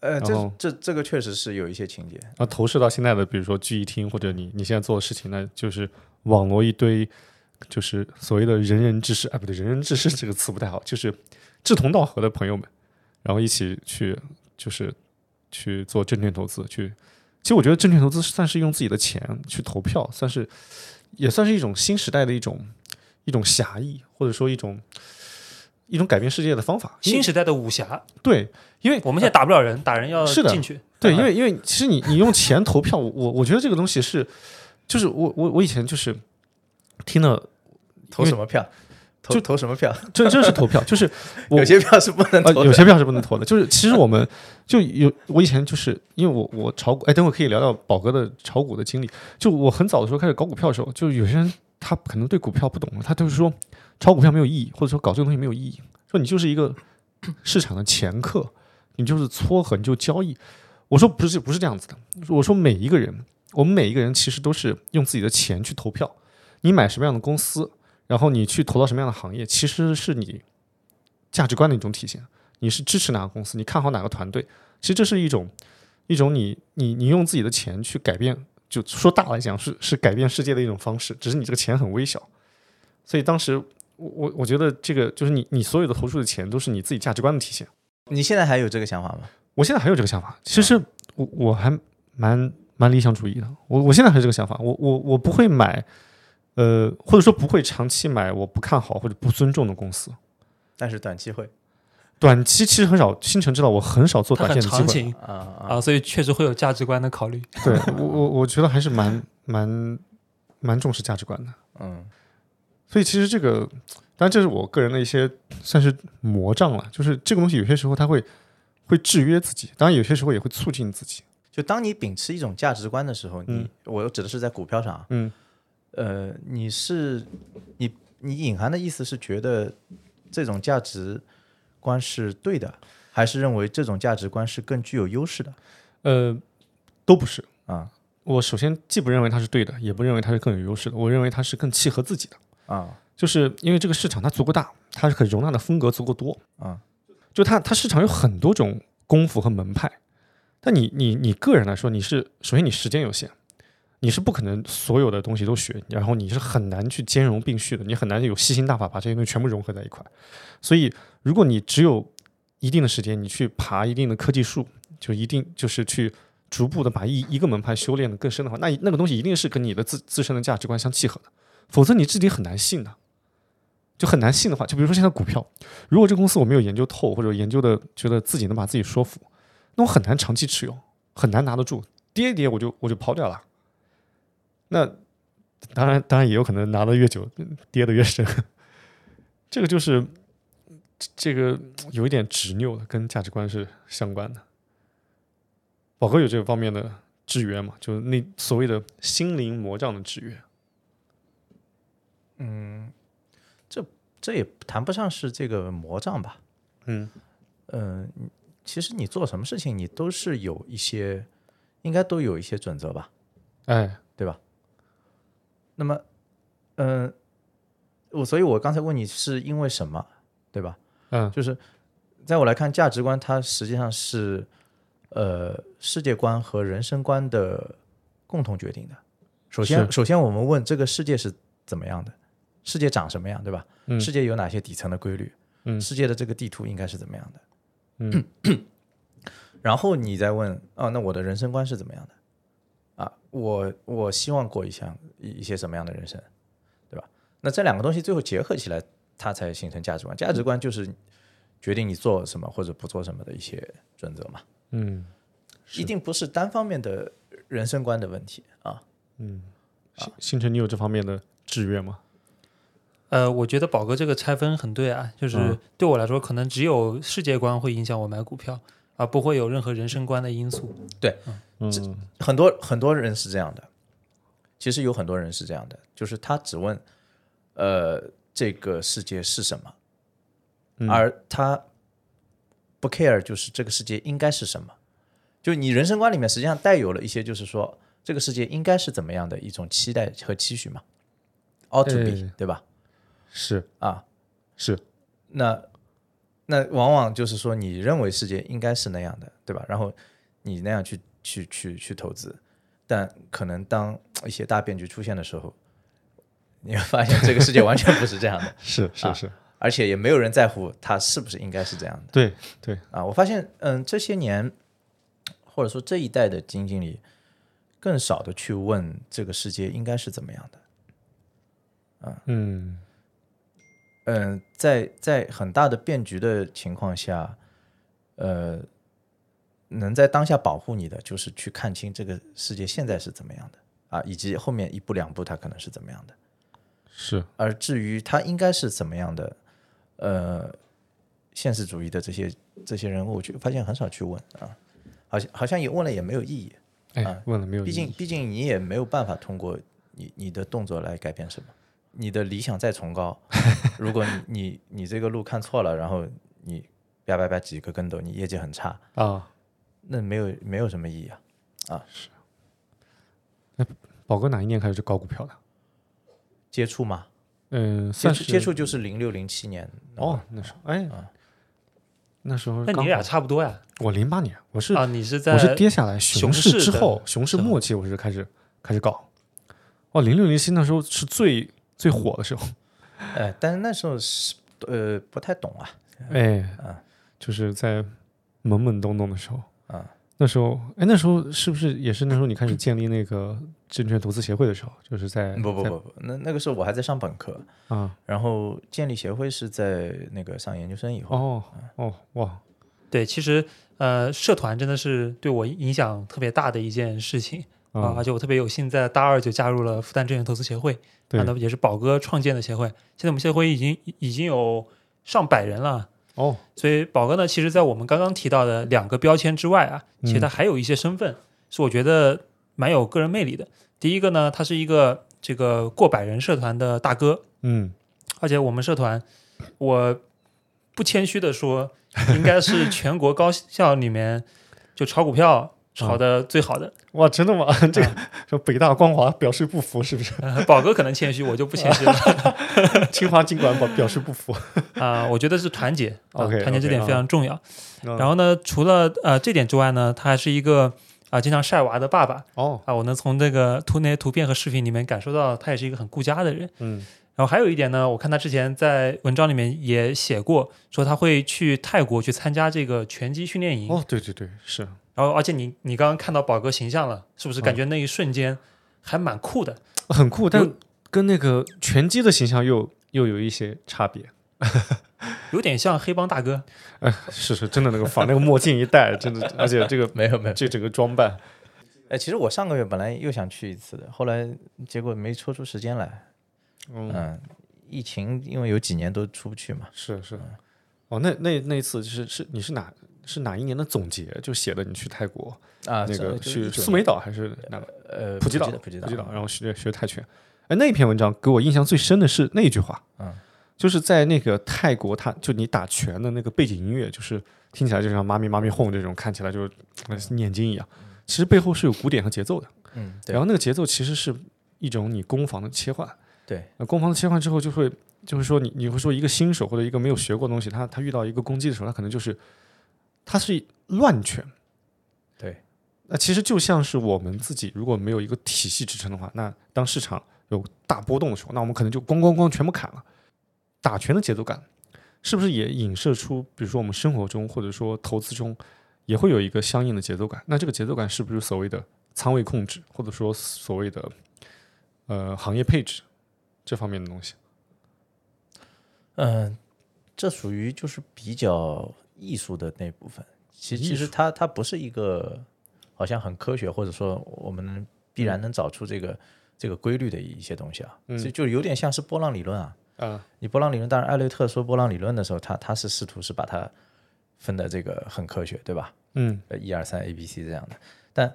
呃，
然后
这这这个确实是有一些情节，
然后投射到现在的，比如说聚义厅或者你你现在做的事情呢，就是网罗一堆。就是所谓的仁人志士，哎，不对，仁人志士这个词不太好，就是志同道合的朋友们，然后一起去就是去做证券投资，去。其实我觉得证券投资算是用自己的钱去投票，算是也算是一种新时代的一种一种侠义，或者说一种一种改变世界的方法。因为
新时代的武侠，
对，因为
我们现在打不了人，打人要
是的
进去。
对，
啊
[laughs]
因为因为其实你你用钱投票，我我觉得这个东西是，就是我我我以前就是听了，
投什么票？投
就
投什么票？
真真是投票，就是我
有些票是不能
呃
投的。
有些票是不能投的。就是其实我们就有我以前就是因为我我炒股，哎，等会可以聊到宝哥的炒股的经历。就我很早的时候开始搞股票的时候，就有些人他可能对股票不懂，他就是说炒股票没有意义，或者说搞这个东西没有意义，说你就是一个市场的掮客，你就是撮合，你就交易。我说不是不是这样子的，我说每一个人，我们每一个人其实都是用自己的钱去投票，你买什么样的公司，然后你去投到什么样的行业，其实是你价值观的一种体现。你是支持哪个公司，你看好哪个团队，其实这是一种一种你你你用自己的钱去改变，就说大来讲是是改变世界的一种方式，只是你这个钱很微小。所以当时我我我觉得这个就是你你所有的投出的钱都是你自己价值观的体现。
你现在还有这个想法吗？
我现在还有这个想法，其实我我还蛮蛮理想主义的，我我现在还是这个想法，我我我不会买，呃，或者说不会长期买我不看好或者不尊重的公司。
但是短期会
短期其实很少，星辰知道我很少做
它
短
很
线的机
长
会，
情
啊啊，
啊，所以确实会有价值观的考虑。
对我我我觉得还是蛮蛮蛮重视价值观的。
嗯
所以其实这个，当然这是我个人的一些算是魔障了，就是这个东西有些时候它会会制约自己，当然有些时候也会促进自己。
就当你秉持一种价值观的时候，你、我指的是在股票上啊，
嗯，
呃，你是你你隐含的意思是觉得这种价值观是对的，还是认为这种价值观是更具有优势的
呃，都不是。
啊
我首先既不认为它是对的，也不认为它是更有优势的，我认为它是更契合自己的，
啊
就是因为这个市场它足够大，它可容纳的风格足够多，
啊
就它它市场有很多种功夫和门派，但你你你个人来说，你是首先你时间有限，你是不可能所有的东西都学，然后你是很难去兼容并蓄的，你很难有细心大法把这些东西全部融合在一块。所以，如果你只有一定的时间，你去爬一定的科技树，就一定就是去逐步的把一一个门派修炼的更深的话，那那个东西一定是跟你的自自身的价值观相契合的，否则你自己很难信的。就很难信的话，就比如说现在股票，如果这个公司我没有研究透，或者研究的觉得自己能把自己说服，那我很难长期持有，很难拿得住，跌一跌我就我就抛掉了。那当然，当然也有可能拿的越久，跌的越深。 [laughs] 这个就是这个有一点执拗的，跟价值观是相关的。宝哥有这方面的制约嘛？就是那所谓的心灵魔障的制约。
嗯，这这也谈不上是这个魔障吧，
嗯
嗯、其实你做什么事情，你都是有一些，应该都有一些准则吧。
哎，
对吧？那么，嗯、我所以，我刚才问你是因为什么，对吧？
嗯
就是在我来看，价值观它实际上是呃世界观和人生观的共同决定的。首先，
是
首先我们问这个世界是怎么样的，世界长什么样，对吧？
嗯
世界有哪些底层的规律？
嗯
世界的这个地图应该是怎么样的？
嗯
[clears throat] 然后你再问啊，那我的人生观是怎么样的？啊，我我希望过一项一一些什么样的人生，对吧？那这两个东西最后结合起来，它才形成价值观。价值观就是决定你做什么或者不做什么的一些准则嘛，
嗯
一定不是单方面的人生观的问题啊。
嗯，星星辰，你有这方面的制约吗？
呃，我觉得宝哥这个拆分很对啊，就是
嗯
对我来说，可能只有世界观会影响我买股票，而不会有任何人生观的因素。
嗯
很多很多人是这样的，其实有很多人是这样的，就是他只问，呃，这个世界是什么，
嗯
而他不 care 就是这个世界应该是什么，就你人生观里面实际上带有了一些就是说这个世界应该是怎么样的一种期待和期许嘛，ought to be，、
哎
对吧？
是
啊，
是，，
那那往往就是说，你认为世界应该是那样的，对吧？然后你那样去去去去投资，但可能当一些大变局出现的时候，你会发现这个世界完全不是这样的
是
啊
是是，
而且也没有人在乎它是不是应该是这样的
对对，
啊！我发现，嗯，这些年或者说这一代的基金经理，更少的去问这个世界应该是怎么样的。
嗯
嗯、在在很大的变局的情况下，呃，能在当下保护你的，就是去看清这个世界现在是怎么样的啊，以及后面一步两步它可能是怎么样的。
是
而至于它应该是怎么样的，呃，现实主义的这些这些人物，我就发现很少去问啊，好像好像也问了也没有意义，
哎，问了没有意义？
毕竟毕竟你也没有办法通过你你的动作来改变什么。你的理想再崇
[laughs]
高，如果你你你这个路看错了，然后你叭叭叭几个跟头，你业绩很差，
啊，
那没有没有什么意义啊。
宝哥哪一年开始就搞股票的？
接触嘛，
嗯，
接
算
触
是
接触就是零六零七年
哦，那时候哎
啊，
那时候
那你
刚
俩
好
差不多呀？
我零八年，我是
啊，你是在
我是跌下来熊
熊市
市之
的
后，熊市
时候
末期我是开始开始搞。哦，零六零七那时候是最最火的时候，
哎，但是那时候是呃不太懂啊，
哎
啊，
就是在懵懵懂懂的时候
啊。
那时候，哎，那时候是不是也是那时候你开始建立那个证券投资协会的时候？就是在
不不
在
不不，那那个时候我还在上本科，
啊，
然后建立协会是在那个上研究生以后，
哦哦哇，
对，其实呃，社团真的是对我影响特别大的一件事情
嗯
啊，而且我特别有幸在大二就加入了复旦证券投资协会，
对
啊，那也是宝哥创建的协会。现在我们协会已经已经有上百人了。
哦，
所以宝哥呢，其实在我们刚刚提到的两个标签之外啊，其实他还有一些身份、是我觉得蛮有个人魅力的。第一个呢，他是一个这个过百人社团的大哥，
嗯，
而且我们社团，我不谦虚的说，应该
[laughs]
是全国高校里面就炒股
嗯
票炒的最
[laughs]
好的。
哇，真的吗？这个
啊
说北大光华表示不服，是不是？ [laughs]
呃宝哥可能谦虚，我就不谦虚了
清华尽管表表示不服。
啊、我觉得是团结啊
OK，OK，
团结这点非常重要。
嗯
然后呢，除了呃这点之外呢，他还是一个啊、经常晒娃的爸爸。
哦，
啊，我能从这个图那些图片和视频里面感受到他也是一个很顾家的人。
嗯
然后还有一点呢，我看他之前在文章里面也写过，说他会去泰国去参加这个拳击训练营。
哦，对对对，是
然后，而且你你刚刚看到宝哥形象了，是不是感觉那一瞬间还蛮酷的？
很酷，但跟那个拳击的形象又又有一些差别。 [laughs]
有点像黑帮大哥。
哎，是是，真的那个仿那个墨镜一戴，真的，而且这个
没有没有，
这整个装扮，
哎，其实我上个月本来又想去一次的，后来结果没抽出时间来，
嗯，
嗯，疫情因为有几年都出不去嘛，
是是。
嗯
哦，那那那一次是是你是哪是哪一年的总结就写的你去泰国
啊，
那个
是
去苏梅岛还是哪个
呃
普吉岛
普吉岛
普吉岛，然后学学泰拳。哎，那篇文章给我印象最深的是那句话，
嗯，
就是在那个泰国他，就你打拳的那个背景音乐，就是听起来就像妈咪妈咪哄这种，看起来就是呃念经一样，其实背后是有鼓点和节奏的。
嗯，对
然后那个节奏其实是一种你攻防的切换。
对，
那攻防的切换之后，就会就是说你你会说一个新手或者一个没有学过的东西，他他遇到一个攻击的时候，他可能就是他是乱拳。
对，
那其实就像是我们自己如果没有一个体系支撑的话，那当市场有大波动的时候，那我们可能就咣咣咣全部砍了。打拳的节奏感，是不是也影射出，比如说我们生活中或者说投资中，也会有一个相应的节奏感？那这个节奏感是不是所谓的仓位控制，或者说所谓的呃行业配置这方面的东西？
嗯、这属于就是比较艺术的那部分。其
艺
其实它它不是一个好像很科学，或者说我们必然能找出这个、这个规律的一些东西啊，
嗯
就就有点像是波浪理论啊。
啊、
你波浪理论，当然艾略特说波浪理论的时候，他他是试图是把它分的这个很科学，对吧？
嗯，
呃，一二三 A B C 这样的，但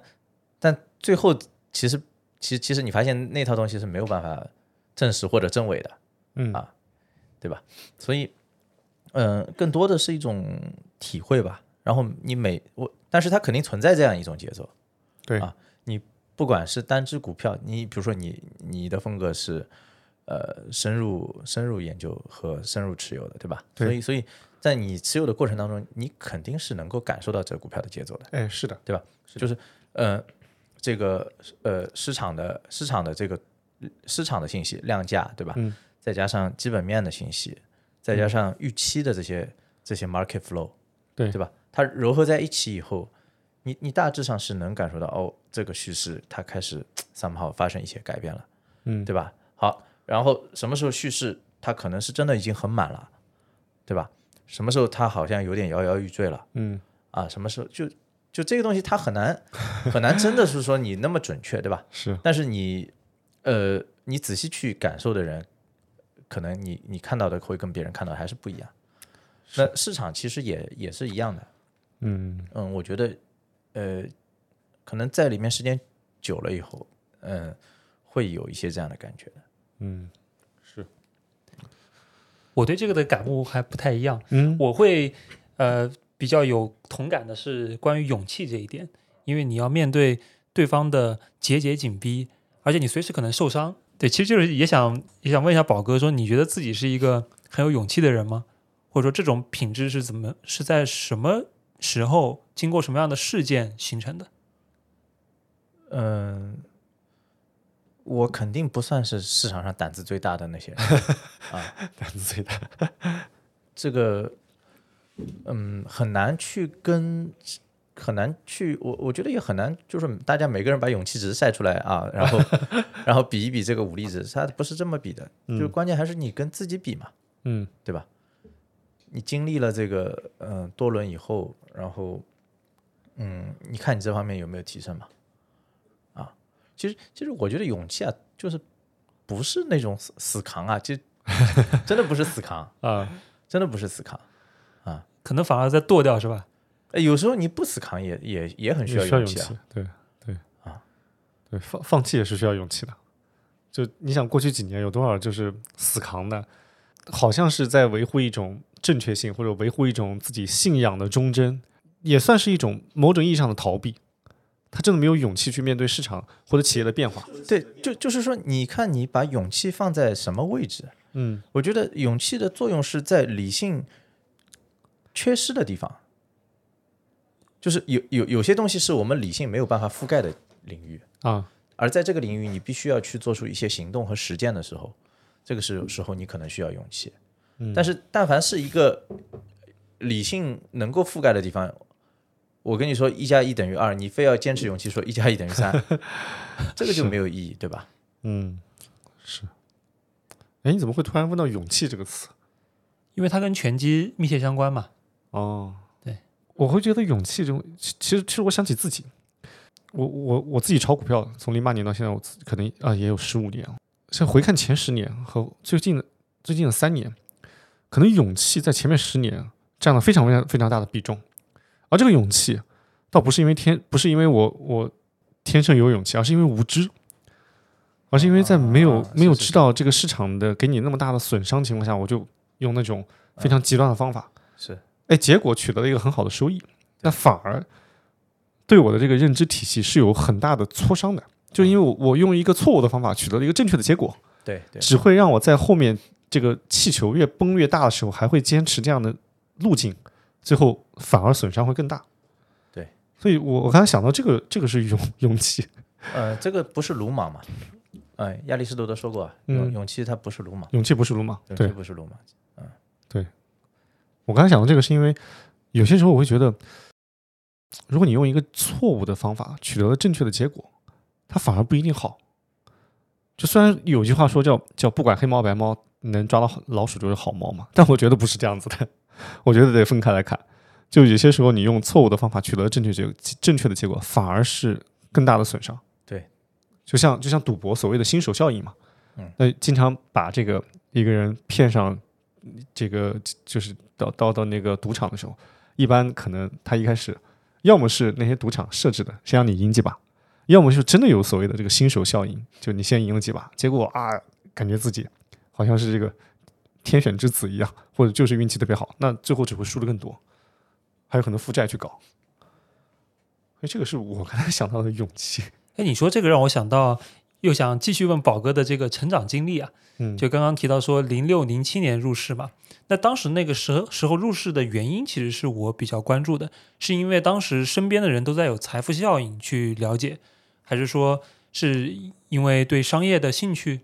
但最后其实其实其实你发现那套东西是没有办法证实或者证伪的，
嗯
啊，对吧？所以，嗯、更多的是一种体会吧。然后你每我，但是它肯定存在这样一种节奏，
对
啊，你不管是单只股票，你比如说你你的风格是呃深入深入研究和深入持有的，对吧？
对
所以所以在你持有的过程当中，你肯定是能够感受到这个股票的节奏的。
哎，是的，
就是呃，这个呃市场的市场的这个市场的信息量价，对吧？
嗯、
再加上基本面的信息，再加上预期的这些这些 market flow，
对
对吧？它糅合在一起以后，你你大致上是能感受到哦，这个叙事它开始 somehow 发生一些改变了，
嗯
对吧？好，然后什么时候叙事它可能是真的已经很满了，对吧？什么时候它好像有点摇摇欲坠了？
嗯，
啊，什么时候就就这个东西，它很难很难真的是说你那么准确，对吧？
是
但是你呃，你仔细去感受的人，可能你你看到的会跟别人看到的还是不一样。那市场其实也也是一样的，
嗯，
嗯，我觉得呃，可能在里面时间久了以后，嗯、会有一些这样的感觉的。
嗯
我对这个的感悟还不太一样，
嗯，
我会呃比较有同感的是关于勇气这一点，因为你要面对对方的节节紧逼，而且你随时可能受伤。对，其实就是也想也想问一下宝哥，说你觉得自己是一个很有勇气的人吗？或者说这种品质是怎么是在什么时候经过什么样的事件形成的？
嗯，我肯定不算是市场上胆子最大的那些人啊，
胆子最大。
这个，嗯，很难去跟，很难去，我我觉得也很难，就是大家每个人把勇气值晒出来啊，然后 [laughs] 然后比一比这个武力值，它不是这么比的，就是关键还是你跟自己比嘛，
嗯
对吧？你经历了这个嗯、呃多轮以后，然后嗯，你看你这方面有没有提升嘛？啊，其实其实我觉得勇气啊，就是不是那种死死扛啊，其
[laughs]
实真的不是死扛，
啊，
真的不是死扛。
可能反而在剁掉是吧？
呃有时候你不死扛也也也很需
也
要
需要
勇
勇
气啊。
气，对对
啊，
对放放弃也是需要勇气的。就你想，过去几年有多少就是死扛的，好像是在维护一种正确性，或者维护一种自己信仰的忠贞，也算是一种某种意义上的逃避。他真的没有勇气去面对市场或者企业的变化。
对，就就是说，你看你把勇气放在什么位置？
嗯
我觉得勇气的作用是在理性缺失的地方，就是有有有些东西是我们理性没有办法覆盖的领域，
啊，
而在这个领域，你必须要去做出一些行动和实践的时候，这个时时候你可能需要勇气。
嗯
但是，但凡是一个理性能够覆盖的地方，我跟你说一加一等于二，你非要坚持勇气说一加一等于三，这个就没有意义，对吧？
嗯是。哎，你怎么会突然问到勇气这个词？
因为它跟拳击密切相关嘛。
哦，
对，
我会觉得勇气这种，其其实其实我想起自己，我我我自己炒股票，从零八年到现在，我自可能啊、也有十五年了。现在回看前十年和最近的最近的三年，可能勇气在前面十年占了非常非常非常大的比重，而这个勇气倒不是因为天，不是因为我我天生有勇气，而是因为无知。而是因为在没有、
啊
没有
是是
知道这个市场的给你那么大的损伤情况下，我就用那种非常极端的方法，
是
哎，结果取得了一个很好的收益，那反而对我的这个认知体系是有很大的挫伤的，就是因为我我用一个错误的方法取得了一个正确的结果，
对对
只会让我在后面这个气球越崩越大的时候，还会坚持这样的路径，最后反而损伤会更大。
对，
所以我我刚才想到这个，这个是勇勇气，
呃，这个不是鲁莽嘛？哎、亚里士多德说过啊，勇、
嗯
勇气它不是鲁莽，
勇气不是鲁莽。
勇
对
气，不是鲁莽。
我刚才想到这个，是因为有些时候我会觉得，如果你用一个错误的方法取得了正确的结果，它反而不一定好。就虽然有句话说叫叫不管黑猫白猫，能抓到老鼠就是好猫嘛，但我觉得不是这样子的，我觉得得分开来看。就有些时候你用错误的方法取得了正确结正确的结果，反而是更大的损伤。
对，
就像就像赌博所谓的新手效应嘛，
嗯，
那经常把这个一个人骗上这个就是到到到那个赌场的时候，一般可能他一开始要么是那些赌场设置的，先让你赢几把，要么就是真的有所谓的这个新手效应，就你先赢了几把，结果啊，感觉自己好像是这个天选之子一样，或者就是运气特别好，那最后只会输的更多，还有可能负债去搞。所以这个是我刚才 [laughs] 想到的勇气。
哎，你说这个让我想到，又想继续问宝哥的这个成长经历啊。
嗯，
就刚刚提到说零六零七年入市嘛，那当时那个时候时候入市的原因，其实是我比较关注的，是因为当时身边的人都在有财富效应去了解，还是说是因为对商业的兴趣，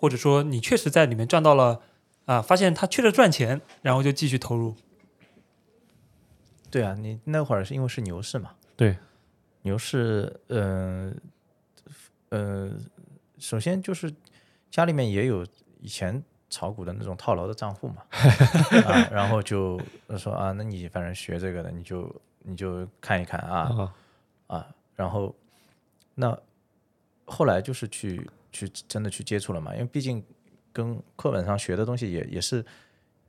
或者说你确实在里面赚到了啊，发现它确实赚钱，然后就继续投入。
对啊，你那会儿是因为是牛市嘛？
对，
牛市，呃，呃，首先就是家里面也有以前炒股的那种套牢的账户
[laughs]
嘛，啊，然后就说啊，那你反正学这个的，你就你就看一看啊
啊，
啊，然后那后来就是去去真的去接触了嘛，因为毕竟跟课本上学的东西也也是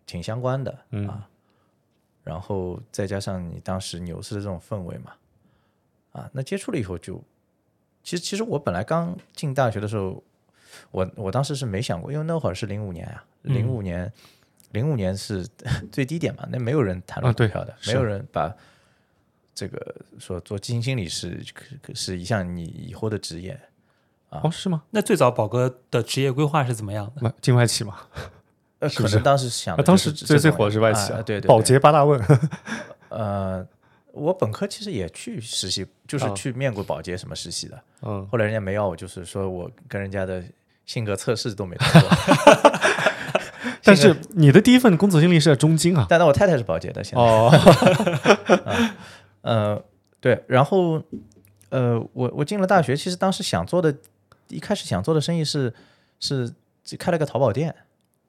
挺相关的，
嗯
啊，然后再加上你当时牛市的这种氛围嘛，啊，那接触了以后就，其实其实我本来刚进
嗯
大学的时候，我我当时是没想过，因为那会儿是零五年啊，零五年零五年是 [laughs] 最低点嘛，那没有人谈论
啊
股
对
票的，
是
没有人把这个说做基金经理是可是一项你以后的职业。啊
哦，是吗？
那最早宝哥的职业规划是怎么样的？
外境外企嘛，
呃，
是不
可
是
能当时啊想
啊
的
当
就是
时
这
最最
种
火的是外
啊
企
啊对对对，
保洁八大问， [laughs]
呃，我本科其实也去实习，就是
啊
去面过保洁什么实习的。
嗯，
后来人家没要我，就是说我跟人家的性格测试都没通过。
[laughs] 但是你的第一份工作经历是在中金啊，
但但我太太是保洁的，现在、
哦，
呃对，然后呃我我进了大学，其实当时想做的，一开始想做的生意是是开了个淘宝店。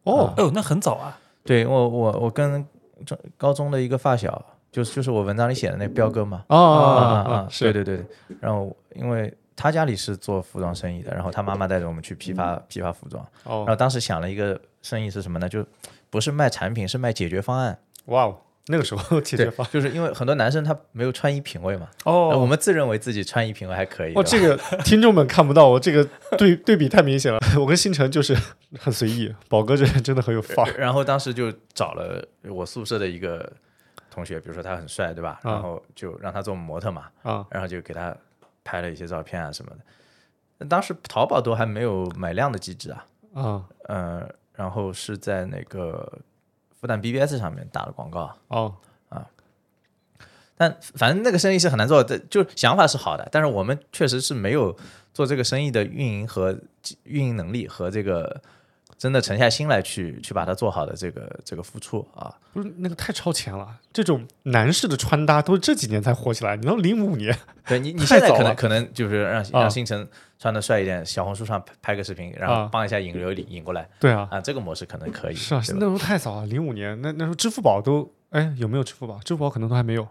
哦，
哎呦，那很早啊，
对我我我跟中高中的一个发小，就是就是我文章里写的那彪哥嘛，
哦
啊啊
哦，
啊！对
是，
对对对。然后因为他家里是做服装生意的，然后他妈妈带着我们去批发批发服装。然
嗯哦，
后当时想了一个生意是什么呢？就不是卖产品，是卖解决方案。
哇哦，那个时候解决
对
方，
就是因为很多男生他没有穿衣品味嘛。
哦，
呃我们自认为自己穿衣品味还可以。对吧
哦，这个听众们看不到，我这个对对比太明显了。 [laughs] 我跟星辰就是很随意，宝哥这人真的很
[laughs]
有范
[laughs]
儿。
然后当时就找了我宿舍的一个同学，比如说他很帅，对吧？
啊
然后就让他做模特嘛，
啊，
然后就给他拍了一些照片啊什么的。当时淘宝都还没有买量的机制啊。
啊
呃，然后是在那个复旦 BBS 上面打了广告，啊
哦
但反正那个生意是很难做的，就想法是好的，但是我们确实是没有做这个生意的运营和运营能力和这个真的沉下心来去去把它做好的这个这个付出啊，
不是那个太超前了，这种男士的穿搭都是这几年才火起来，你到零五年
对你，你
太
现在
早
可能
了
可能就是让
啊
让星辰穿的帅一点，小红书上拍拍个视频，然后
啊
帮一下引流引引过来
对啊，
啊，这个模式可能可以，
是啊，
对吧
那时候太早了，零五年那那时候支付宝都哎有没有支付宝？支付宝可能都还没有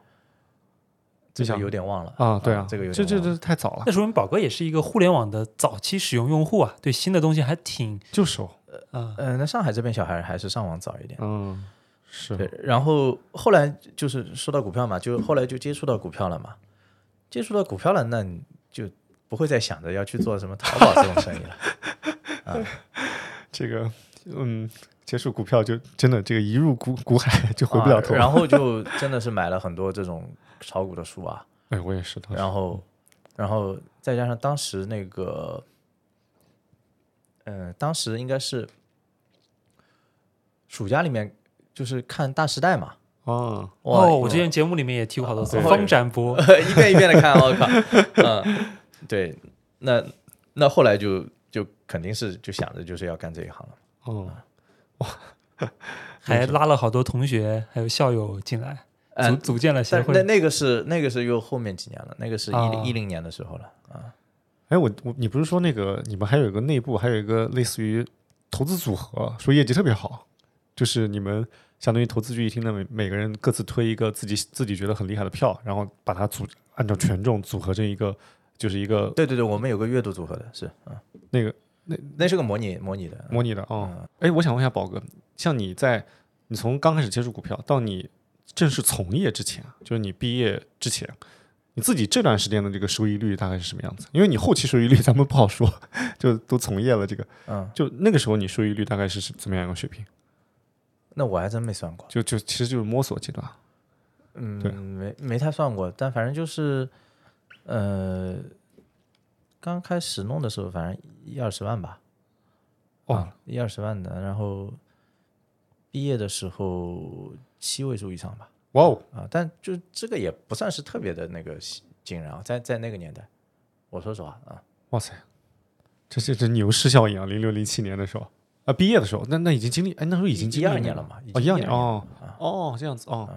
这
想
个有点忘了
啊，对啊，
这个有
这
点
这
忘了
这太早了
那，说明宝哥也是一个互联网的早期使用用户啊，对新的东西还挺
就手，
啊、
呃，那上海这边小孩还是上网早一点。
嗯，是
对，然后后来就是说到股票嘛，就后来就接触到股票了嘛，接触到股票了，那你就不会再想着要去做什么淘宝这种生意了。
这个嗯，接触股票就真的这个一入股股海就 [laughs] 回不了头。
啊然后就真的是买了很多这种炒股的书
[laughs]
啊，
哎，我也是，当时
然后，然后再加上当时那个，嗯、当时应该是暑假里面就是看《大时代》嘛。
啊，
哇
哦，我
因为
之前节目里面也提过好多次，
对
方展博
[laughs] 一遍一遍的看，我靠，嗯，对，那那后来就就肯定是就想着就是要干这一行了，
哦，
还拉了好多同学还有校友进来，组
嗯，
呃组建了协
但那
会。
那个是那个是又后面几年了，那个是一
啊
零一零年的时候了啊，
哎，我我你不是说那个你们还有一个内部还有一个类似于投资组合，说业绩特别好，就是你们相当于投资聚一厅的每每个人各自推一个自己自己觉得很厉害的票，然后把它组按照权重组合成一个就是一个
对对对，我们有个阅读组合的是，嗯，
那个
那是个模拟模拟的，
模拟的
嗯
哦。哎，我想问一下宝哥，像你在你从刚开始接触股票到你正式从业之前，啊就是你毕业之前，你自己这段时间的这个收益率大概是什么样子？因为你后期收益率咱们不好说， [laughs] 就都从业了，这个
嗯，
就那个时候你收益率大概是是怎么样一个水平？
那我还真没算过，
就就其实就是摸索阶段。对
嗯，没没太算过，但反正就是，呃，刚开始弄的时候，反正一二十万吧，
哦
啊，一二十万的，然后毕业的时候七位数以上吧，
哇哦，
啊，但就这个也不算是特别的那个喜惊人啊，在在那个年代，我说实话啊，
哇塞，这这这牛市效应啊！零六零七年的时候啊，毕业的时候，那那已经经历哎，那时候已经经
一
历
二
那
年
个
了嘛，已
哦，
经
一二年
了
哦
啊
哦，这样子哦，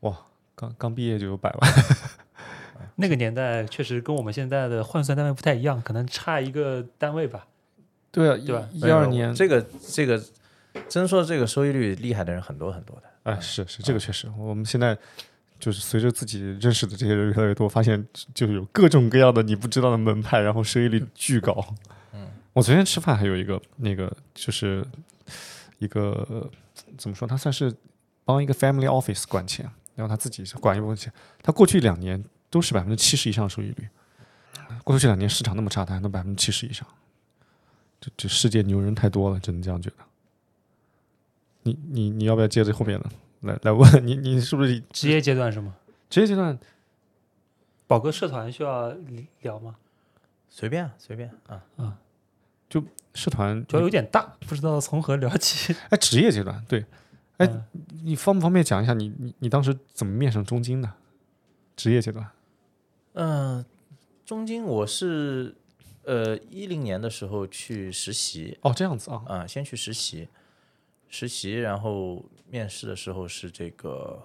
哇，刚刚毕业就有百万。
那个年代确实跟我们现在的换算单位不太一样，可能差一个单位吧。
对啊，
对吧
一
没
一
有
二
我
年，
这个这个，真说这个收益率厉害的人很多很多的，
哎，是是，这个确实，我们现在就是随着自己认识的这些人越来越多，发现就是有各种各样的你不知道的门派，然后收益率巨高。嗯，我昨天吃饭还有一个那个就是一个呃怎么说，他算是帮一个 family office 管钱，然后他自己管一部分钱，他过去两年都是百分之七十以上收益率。过去两年市场那么差，他还能百分之七十以上，这这世界牛人太多了，只能这样觉得。你你你要不要接着后面的来来问你你是不是
职业阶段是吗？
职业阶段
宝哥社团需要聊吗？
随便啊随便啊，
社团
主要有点大，不知道从何聊起。
哎职业阶段对，哎
嗯
你方不方便讲一下你你你当时怎么面上中金的？职业阶段
嗯、中间我是呃一零年的时候去实习
哦这样子啊，
啊、先去实习，实习，然后面试的时候是这个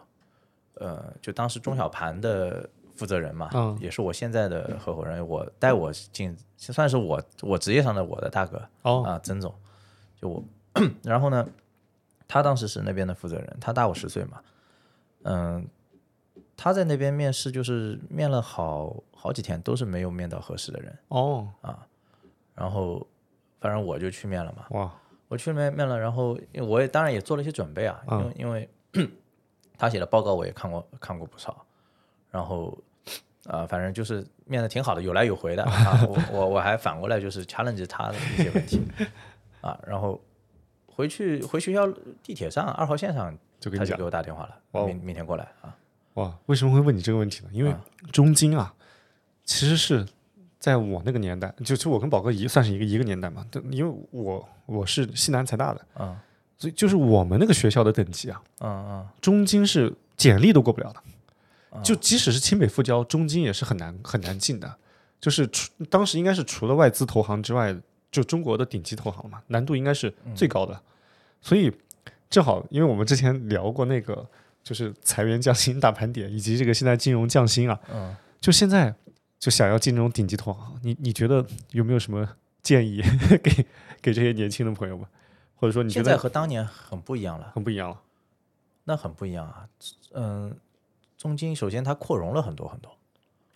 呃，就当时中小盘的负责人嘛，
嗯
也是我现在的合伙人，我带我进，算是我我职业上的我的大哥，
哦
啊，曾总，就我， [clears throat] 然后呢，他当时是那边的负责人，他大我十岁嘛，嗯，他在那边面试就是面了好好几天，都是没有面到合适的人，
哦
然后反正我就去面了嘛，
哇
我去面面了，然后因为我也当然也做了一些准备啊，因为、因为 [clears throat] 他写的报告我也看过看过不少，然后啊、呃反正就是面的挺好的，有来有回的啊，我我我还反过来就是 challenge 他的一些问
[laughs]
题啊，然后回去回学校地铁上二号线上
就跟
他
你
就
讲
给我打电话了，
哇哦
明明天过来啊，
哇为什么会问你这个问题呢？因为
啊
中金啊其实是在我那个年代，就就我跟宝哥一算是一个一个年代嘛，但因为我我是西南财大的，
嗯
所以就是我们那个学校的等级啊，
嗯嗯，
中金是简历都过不了的，
嗯
就即使是清北复交，中金也是很难很难进的。就是除当时应该是除了外资投行之外，就中国的顶级投行嘛，难度应该是最高的。
嗯
所以正好，因为我们之前聊过那个就是裁员降薪大盘点，以及这个现在金融降薪啊，
嗯
就现在就想要进这种顶级投行，你你觉得有没有什么建议 [laughs] 给给这些年轻的朋友们，或者说你觉
现在
得
和当年很不一样了，
很不一样了？
那很不一样啊，嗯，中金首先它扩容了很多很多，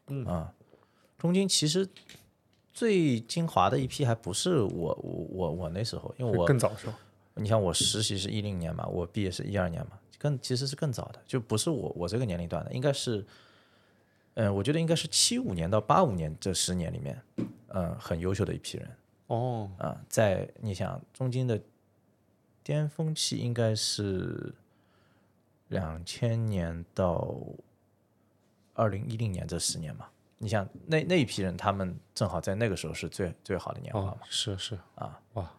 嗯
啊，中金其实最精华的一批还不是我我我我那时候，因为我
更早是吧？
你像我实习是一零年嘛，我毕业是一二年嘛，更其实是更早的，就不是我我这个年龄段的，应该是，嗯，我觉得应该是七五年到八五年这十年里面，嗯，很优秀的一批人
哦，
啊，在你想中金的巅峰期应该是两千年到二零一零年这十年嘛。你想那那一批人，他们正好在那个时候是最最好的年华嘛
哦，。是是
啊，
哇，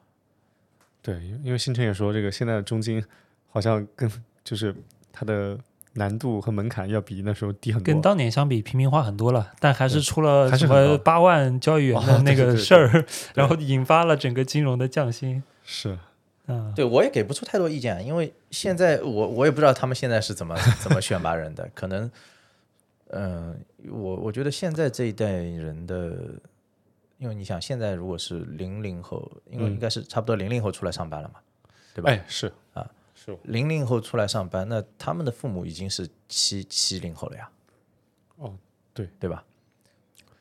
对，因为因为星辰也说，这个现在的中金好像跟就是它的难度和门槛要比那时候低很多，
跟当年相比，平民化很多了，但还是出了
还是
什
很高
么八万交易员
哦
的
对对
那
对
个
对
事儿，然后引发了整个金融的降薪。
是
嗯，
对我也给不出太多意见，啊因为现在我我也不知道他们现在是怎么怎么选拔人的，可能，嗯、我我觉得现在这一代人的，因为你想现在如果是零零后，因为
嗯
应该是差不多零零后出来上班了嘛，对吧？
哎是
啊
是
零零后出来上班，那他们的父母已经是七七零后了呀，
哦对
对吧？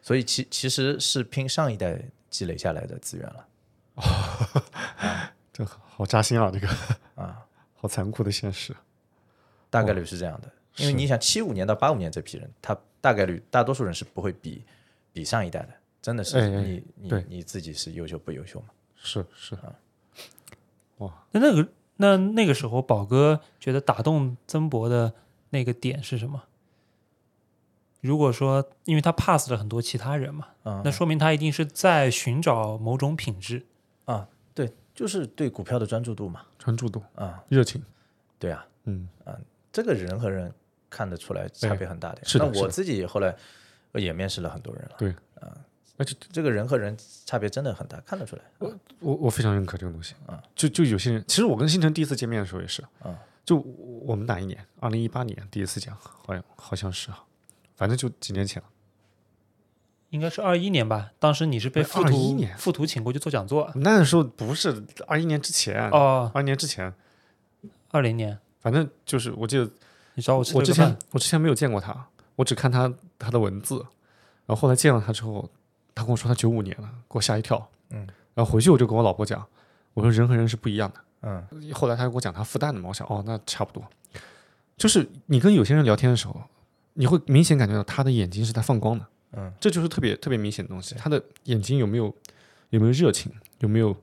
所以其其实是拼上一代积累下来的资源了。
这好扎心啊，这个
啊，
[laughs] 好残酷的现实，
大概率哦是这样的。因为
是
你想，七五年到八五年这批人，他大概率大多数人是不会比比上一代的，真的是
哎哎
你、你
对
你自己是优秀不优秀嘛？
是是
啊
那那个那那个时候，宝哥觉得打动曾博的那个点是什么？如果说，因为他 pass 了很多其他人嘛，
啊
那说明他一定是在寻找某种品质。
啊，对，就是对股票的专注度嘛。
专注度
啊，
热情，
对啊，
嗯
这个人和人看得出来差别很大的呀。
哎是的
那
是
我
的
自己后来呃也面试了很多人了，啊
对，而且
这个人和人差别真的很大，看得出来。
我我非常认可这个东西
啊，
就就有些人，其实我跟星辰第一次见面的时候也是
啊，
就我我们哪一年？二零一八年第一次讲，好像好像是啊，反正就几年前了。
应该是二一年吧，当时你是被附
21
图
年
附图请过去做讲座
那时候不是二一年之前，二、
哦，
年之前，
二零年
反正就是我记得
你找我吃
我
这
之
个饭
前我之前没有见过他，我只看他他的文字，然后后来见了他之后，他跟我说他九五年了，给我吓一跳。
嗯，
然后回去我就跟我老婆讲，我说人和人是不一样的。
嗯
后来他给我讲他复旦的嘛，我想哦那差不多，就是你跟有些人聊天的时候，你会明显感觉到他的眼睛是在放光的。
嗯，
这就是特别特别明显的东西。他的眼睛有没有有没有热情，有没有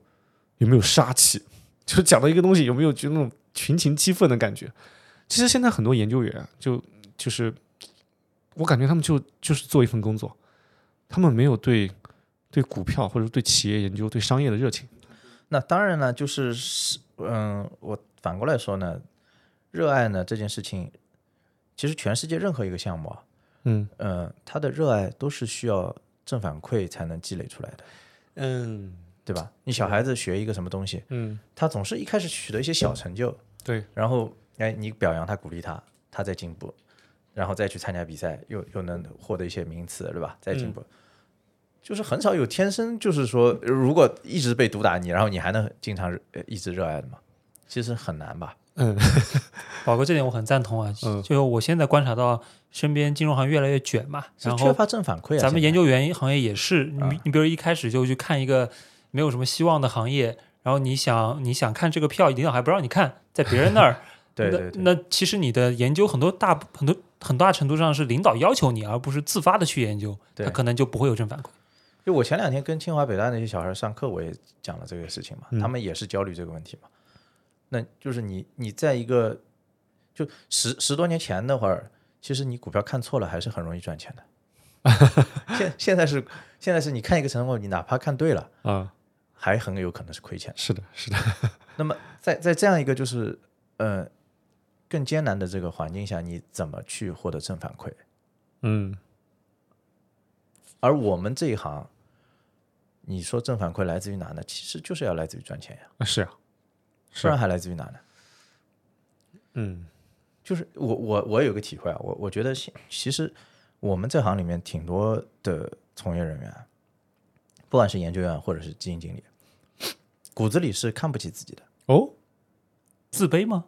有没有杀气？就是讲到一个东西有没有就那种群情激愤的感觉。其实现在很多研究员啊就就是，我感觉他们就就是做一份工作，他们没有对对股票或者对企业研究、对商业的热情。
那当然了，就是是嗯，我反过来说呢，热爱呢这件事情，其实全世界任何一个项目啊，
嗯
嗯，它的热爱都是需要正反馈才能积累出来的，
嗯
对吧？你小孩子学一个什么东西，
嗯，
他总是一开始取得一些小成就，
对，
然后哎，你表扬他，鼓励他，他在进步，然后再去参加比赛，又又能获得一些名次，对吧？再进步，就是很少有天生就是说，如果一直被毒打你，然后你还能经常热呃一直热爱的嘛，其实很难吧？
宝哥这点我很赞同啊，
嗯
就我现在观察到身边金融行业越来越卷嘛，
是
然
缺
后
乏正反馈啊。
咱们
现在
研究员行业也是，你
啊
你比如一开始就去看一个没有什么希望的行业，然后你想你想看这个票，领导还不让你看，在别人那儿，
[laughs] 对对对
那，那其实你的研究很多大很多很大程度上是领导要求你，而不是自发的去研究，
对
他可能就不会有正反馈。
就我前两天跟清华北大那些小孩上课，我也讲了这个事情嘛，他们也是焦虑这个问题嘛。那就是你你在一个就十十多年前那会儿，其实你股票看错了还是很容易赚钱的。现现在是现在是你看一个成果，你哪怕看对了，
啊，
还很有可能是亏钱。
是的，是的，
那么在在这样一个就是呃更艰难的这个环境下，你怎么去获得正反馈？
嗯
而我们这一行，你说正反馈来自于哪呢？其实就是要来自于赚钱呀。
啊是呀、
不然还来自于哪呢？
嗯
就是我我我有个体会啊，我我觉得其其实我们这行里面挺多的从业人员，啊不管是研究员或者是基金经理，骨子里是看不起自己的。
哦，
自卑吗？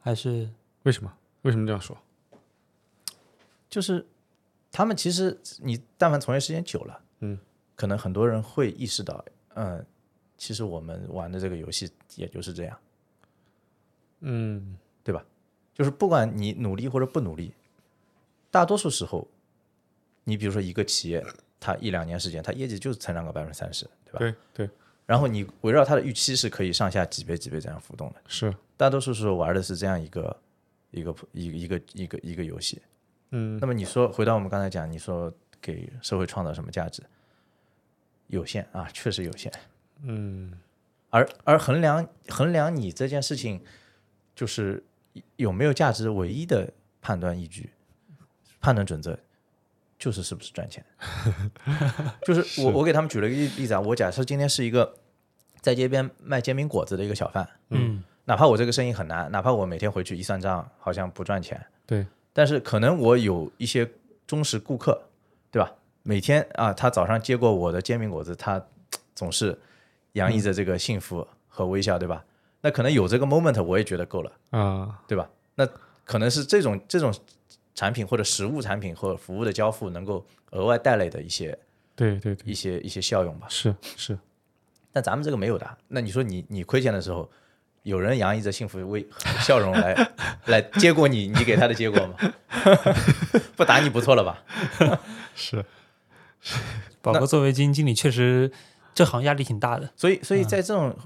还是
为什么为什么这样说？
就是他们其实你但凡从业时间久了，
嗯，
可能很多人会意识到，嗯，其实我们玩的这个游戏也就是这样，
嗯
对吧？就是不管你努力或者不努力，大多数时候，你比如说一个企业，它一两年时间，它业绩就是成长个百分之三十，对吧？
对对
然后你围绕它的预期是可以上下几倍几倍这样浮动的。
是
大多数时候玩的是这样一个一个一个一个一个一个游戏。
嗯
那么你说回到我们刚才讲，你说给社会创造什么价值？有限啊，确实有限。
嗯
而而衡量衡量你这件事情，就是有没有价值，唯一的判断依据、判断准则，就是是不是赚
[laughs]
钱。就是我
是
我给他们举了一个例子啊，我假设今天是一个在街边卖煎饼果子的一个小贩，
嗯
哪怕我这个生意很难，哪怕我每天回去一算账好像不赚钱，
对
但是可能我有一些忠实顾客，对吧？每天啊，他早上接过我的煎饼果子，他嘖总是洋溢着这个幸福和微笑，对吧？那可能有这个 moment，我也觉得够了，
啊
对吧？那可能是这种这种产品或者实物产品或者服务的交付，能够额外带来的一些
对对对
一些一些效用吧。
是是
但咱们这个没有的啊。那你说你你亏钱的时候，有人洋溢着幸福微笑容来来接过你，你给他的结果吗？ [laughs] 不打你不错了吧？
[laughs] 是
宝哥作为基金经理，确实这行压力挺大的。
所以，所以在这种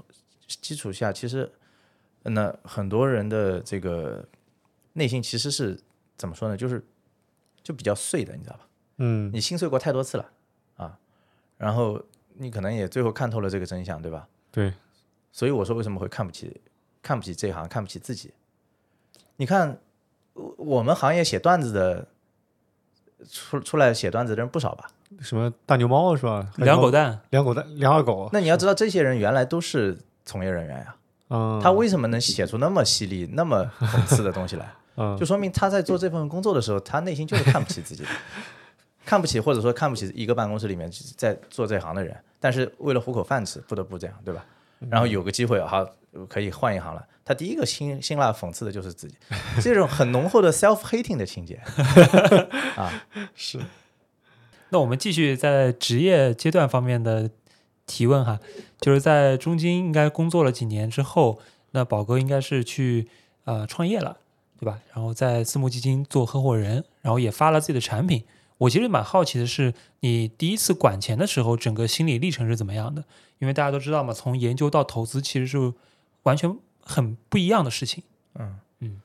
基础下，其实那很多人的这个内心其实是怎么说呢？就是就比较碎的，你知道吧？
嗯
你心碎过太多次了啊，然后你可能也最后看透了这个真相，对吧？
对
所以我说为什么会看不起看不起这行，看不起自己？你看我我们行业写段子的出出来写段子的人不少吧？
什么大牛猫是吧？
两狗蛋，
两狗蛋两二狗，
那你要知道，这些人原来都是从业人员呀、
嗯
他为什么能写出那么犀利、 [laughs] 那么讽刺的东西来？
嗯
就说明他在做这份工作的时候，他内心就是看不起自己
[laughs]
的，看不起或者说看不起一个办公室里面在做这行的人。但是为了糊口饭吃，不得不这样，对吧？
嗯
然后有个机会，好可以换一行了。他第一个辛辛辣讽刺的就是自己，这种很浓厚的 self hating 的情节。
是
那我们继续在职业阶段方面的提问哈，就是在中金应该工作了几年之后，那宝哥应该是去呃创业了，对吧？然后在私募基金做合伙人，然后也发了自己的产品。我其实蛮好奇的是，你第一次管钱的时候，整个心理历程是怎么样的？因为大家都知道嘛，从研究到投资其实是完全很不一样的事情。
嗯
嗯，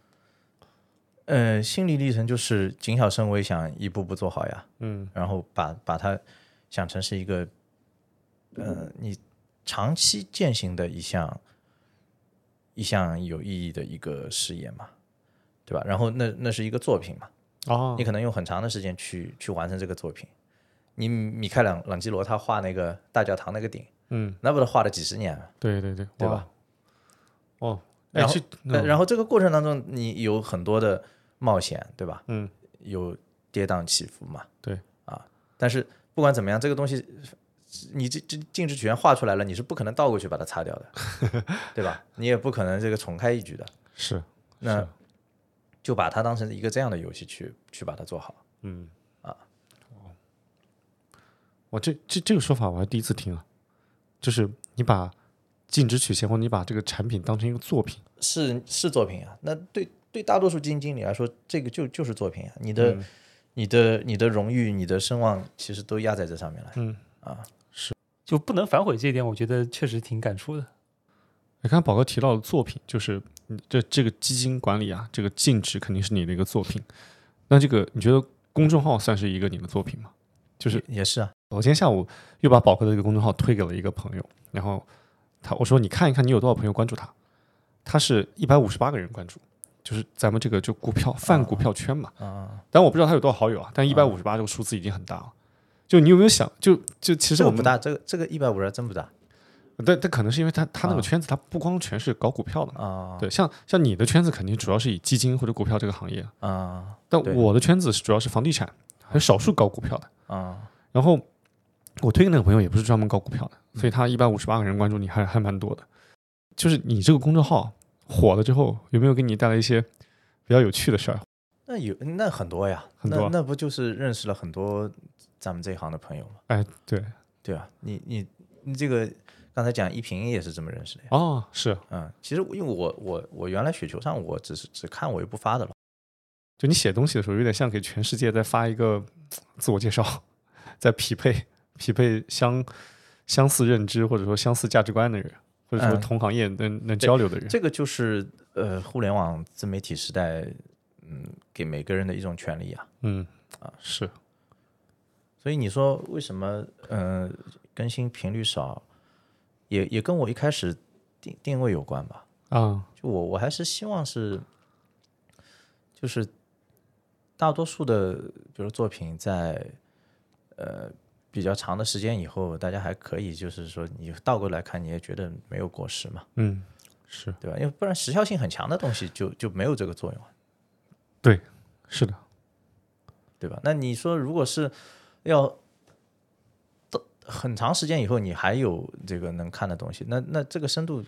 呃，心理历程就是谨小慎微，想一步步做好呀，
嗯
然后把把它想成是一个，呃，你长期践行的一项一项有意义的一个事业嘛，对吧？然后那那是一个作品嘛，
哦
你可能用很长的时间去去完成这个作品。你米开朗朗基罗他画那个大教堂那个顶，
嗯，
那不都画了几十年了？
对对对，
对
哇
吧？
哦，哎
然后
这
那
嗯
然后这个过程当中，你有很多的冒险，对吧？
嗯，
有跌宕起伏嘛。
对
啊，但是不管怎么样，这个东西你这这进制曲线画出来了，你是不可能倒过去把它擦掉的，对吧？你也不可能这个重开一局的，
是
那
是
就把它当成一个这样的游戏去去把它做好。
嗯
啊，
哇，这这这个说法我还第一次听啊，就是你把净值曲线或者你把这个产品当成一个作品，
是是作品啊，那对对大多数基金经理来说，这个就就是作品啊。你的、
嗯
你的你的荣誉、你的声望，其实都压在这上面了。
就不能反悔这一点，我觉得确实挺感触的。
你看宝哥提到的作品，就是嗯这这个基金管理啊，这个净值肯定是你的一个作品。那这个你觉得公众号算是一个你的作品吗？就是
也是啊，
我今天下午又把宝哥的这个公众号推给了一个朋友，然后他我说你看一看你有多少朋友关注他，他是一百五十八个人关注，就是咱们这个就股票泛股票圈嘛。
啊、
但我不知道他有多少好友啊，但一百五十八这个数字已经很大了。就你有没有想，就就其实
这
我
个
们
不，大，这个这个一百五十真不大
但但可能是因为他他那个
啊
圈子，他不光全是搞股票的嘛。
啊
对，像像你的圈子肯定主要是以基金或者股票这个行业，
啊
但
对
我的圈子是主要是房地产，还有少数搞股票的。
啊
然后我推给那个朋友也不是专门搞股票
嗯
的，所以他一百五十八个人关注你还还蛮多的。就是你这个公众号火了之后，有没有给你带来一些比较有趣的事儿？
那有那很多呀，
很多啊
那那不就是认识了很多咱们这一行的朋友吗？
哎，对，
对啊，你你你这个刚才讲一平也是这么认识的呀。
哦，是，
嗯，其实因为我我我原来雪球上我只是只看我又不发的了，
就你写东西的时候，有点像给全世界在发一个自我介绍， [laughs] 在匹配匹配相相似认知或者说相似价值观的人，或者说
嗯
同行业能、能交流的人。
这个就是呃互联网自媒体时代，嗯，给每个人的一种权利啊。
嗯啊，是
所以你说为什么嗯、呃更新频率少，也也跟我一开始定定位有关吧？
啊，
就我我还是希望是，就是大多数的，比如作品在呃比较长的时间以后，大家还可以就是说你倒过来看，你也觉得没有过时嘛，
嗯是
对吧？因为不然时效性很强的东西就就没有这个作用啊，
是的，
对吧？那你说如果是要到很长时间以后你还有这个能看的东西，那那这个深度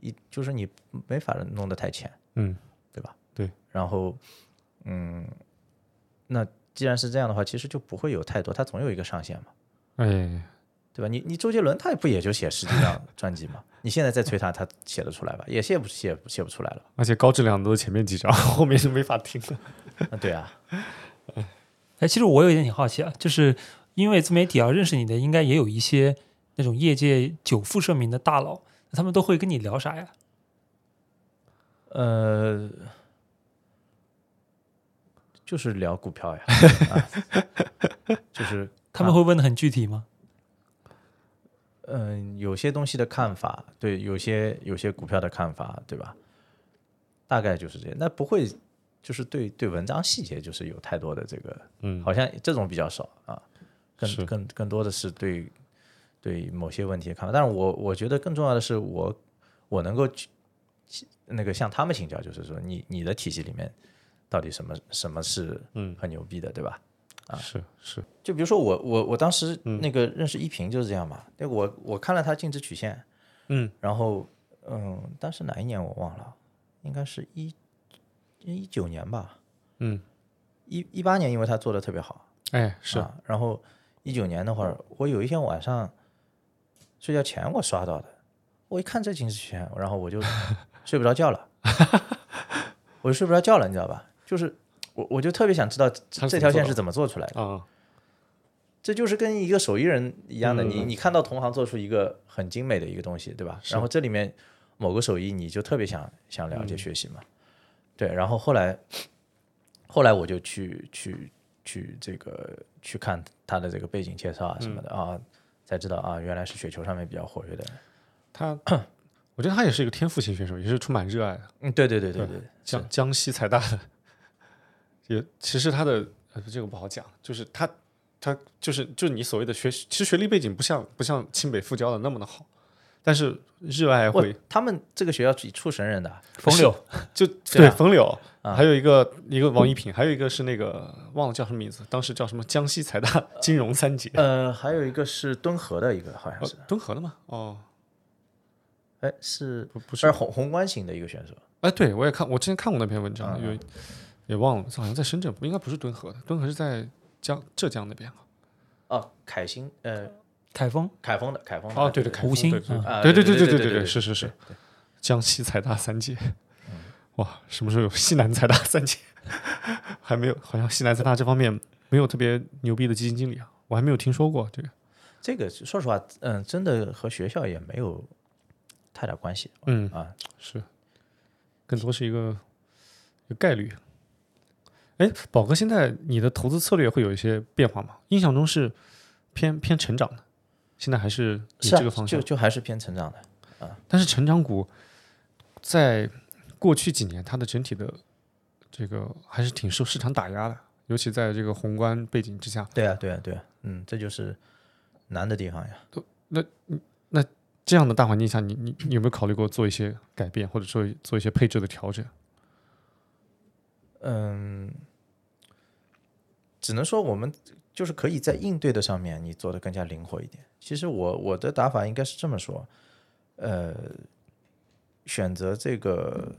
一就是你没法弄得太浅。
嗯
对吧？
对。
然后，嗯，那既然是这样的话，其实就不会有太多，它总有一个上限嘛，
哎
对吧？你你周杰伦他也不也就写十几张专辑嘛，你现在再催他，他写得出来吧？也写不写不写不出来了吧 [laughs]
而且高质量都是前面几张， [laughs] 后面就没法听了。
啊？对啊，
哎，其实我有一点挺好奇啊，就是因为自媒体要认识你的，应该也有一些那种业界久负盛名的大佬，那他们都会跟你聊啥呀？
呃，就是聊股票呀，啊、就是 [laughs]
他们会问的很具体吗？
嗯，有些东西的看法，对，有些有些股票的看法，对吧？大概就是这样，那不会就是对对文章细节就是有太多的这个，
嗯
好像这种比较少啊，
是
更更更多的是对对某些问题的看法。但是我我觉得更重要的是我我能够去那个向他们请教，就是说你你的体系里面到底什么什么是
嗯
很牛逼的，对吧？
是是
就比如说我我我当时
嗯
那个认识一平就是这样嘛，那、我我看了他净值曲线，
嗯，
然后嗯，当时哪一年我忘了，应该是一一九年吧，
嗯
一一八年因为他做的特别好，
哎是
啊，然后一九年那会儿，我有一天晚上睡觉前我刷到的，我一看这净值曲线，然后我
[laughs]
就睡不着觉了，我就睡不着觉了，你知道吧？就是我我就特别想知道
他
这
是
这
怎么
条
做
线
到
是怎么做出来的。
啊
这就是跟一个手艺人一样的，
嗯
你你看到同行做出一个很精美的一个东西，对吧？然后这里面某个手艺，你就特别想想了解学习嘛。对，然后后来后来我就去去去这个去看他的这个背景介绍啊什么的啊，才知道啊，原来是雪球上面比较活跃的人。
他，我觉得他也是一个天赋型选手，也是充满热爱的。
嗯，对对对对
对
对，
江江西财大的，也其实他的呃这个不好讲，就是他他就是就是你所谓的学，其实学历背景不像不像清北复交的那么的好，但是热爱
我
会
他们这个学校是以出神人的啊，
风流
[laughs] 就
对
对
啊
冯柳，
啊
还有一个一个王一平，还有一个是那个忘了叫什么名字，当时叫什么江西财大金融三杰，
呃，还有一个是敦和的一个，好像
呃
是，
敦和的吗？哦，
哎，是
不不
不
是
是宏宏观型的一个选手？
哎，对我也看，我之前看过那篇文章，
嗯
有也忘了，好像在深圳，应该不是敦和的，敦和是在江浙江那边啊。
哦，凯欣，呃，
凯风
凯峰的凯峰的
哦，对对，凯
吴
丰
昕
对对
嗯
啊
对
对
对
对对
对对嗯
对
是是是，江西财大三届，哇，什么时候有西南财大三届？ [laughs] 还没有，好像西南财大这方面没有特别牛逼的基金经理啊，我还没有听说过这个。
这个说实话，嗯、真的和学校也没有太大关系
嗯，
啊。
是，更多是一个一个概率。哎，宝哥，现在你的投资策略会有一些变化吗？印象中是偏偏成长的，现在还是以
是啊
这个方向
就。就还是偏成长的。
但是成长股在过去几年，它的整体的这个还是挺受市场打压的，尤其在这个宏观背景之下。
对啊，对啊，对啊，嗯，这就是难的地方呀。
这样的大环境下，你你你有没有考虑过做一些改变，或者说做一些配置的调整？
嗯，只能说我们就是可以在应对的上面，你做的更加灵活一点。其实我我的打法应该是这么说，呃，选择这个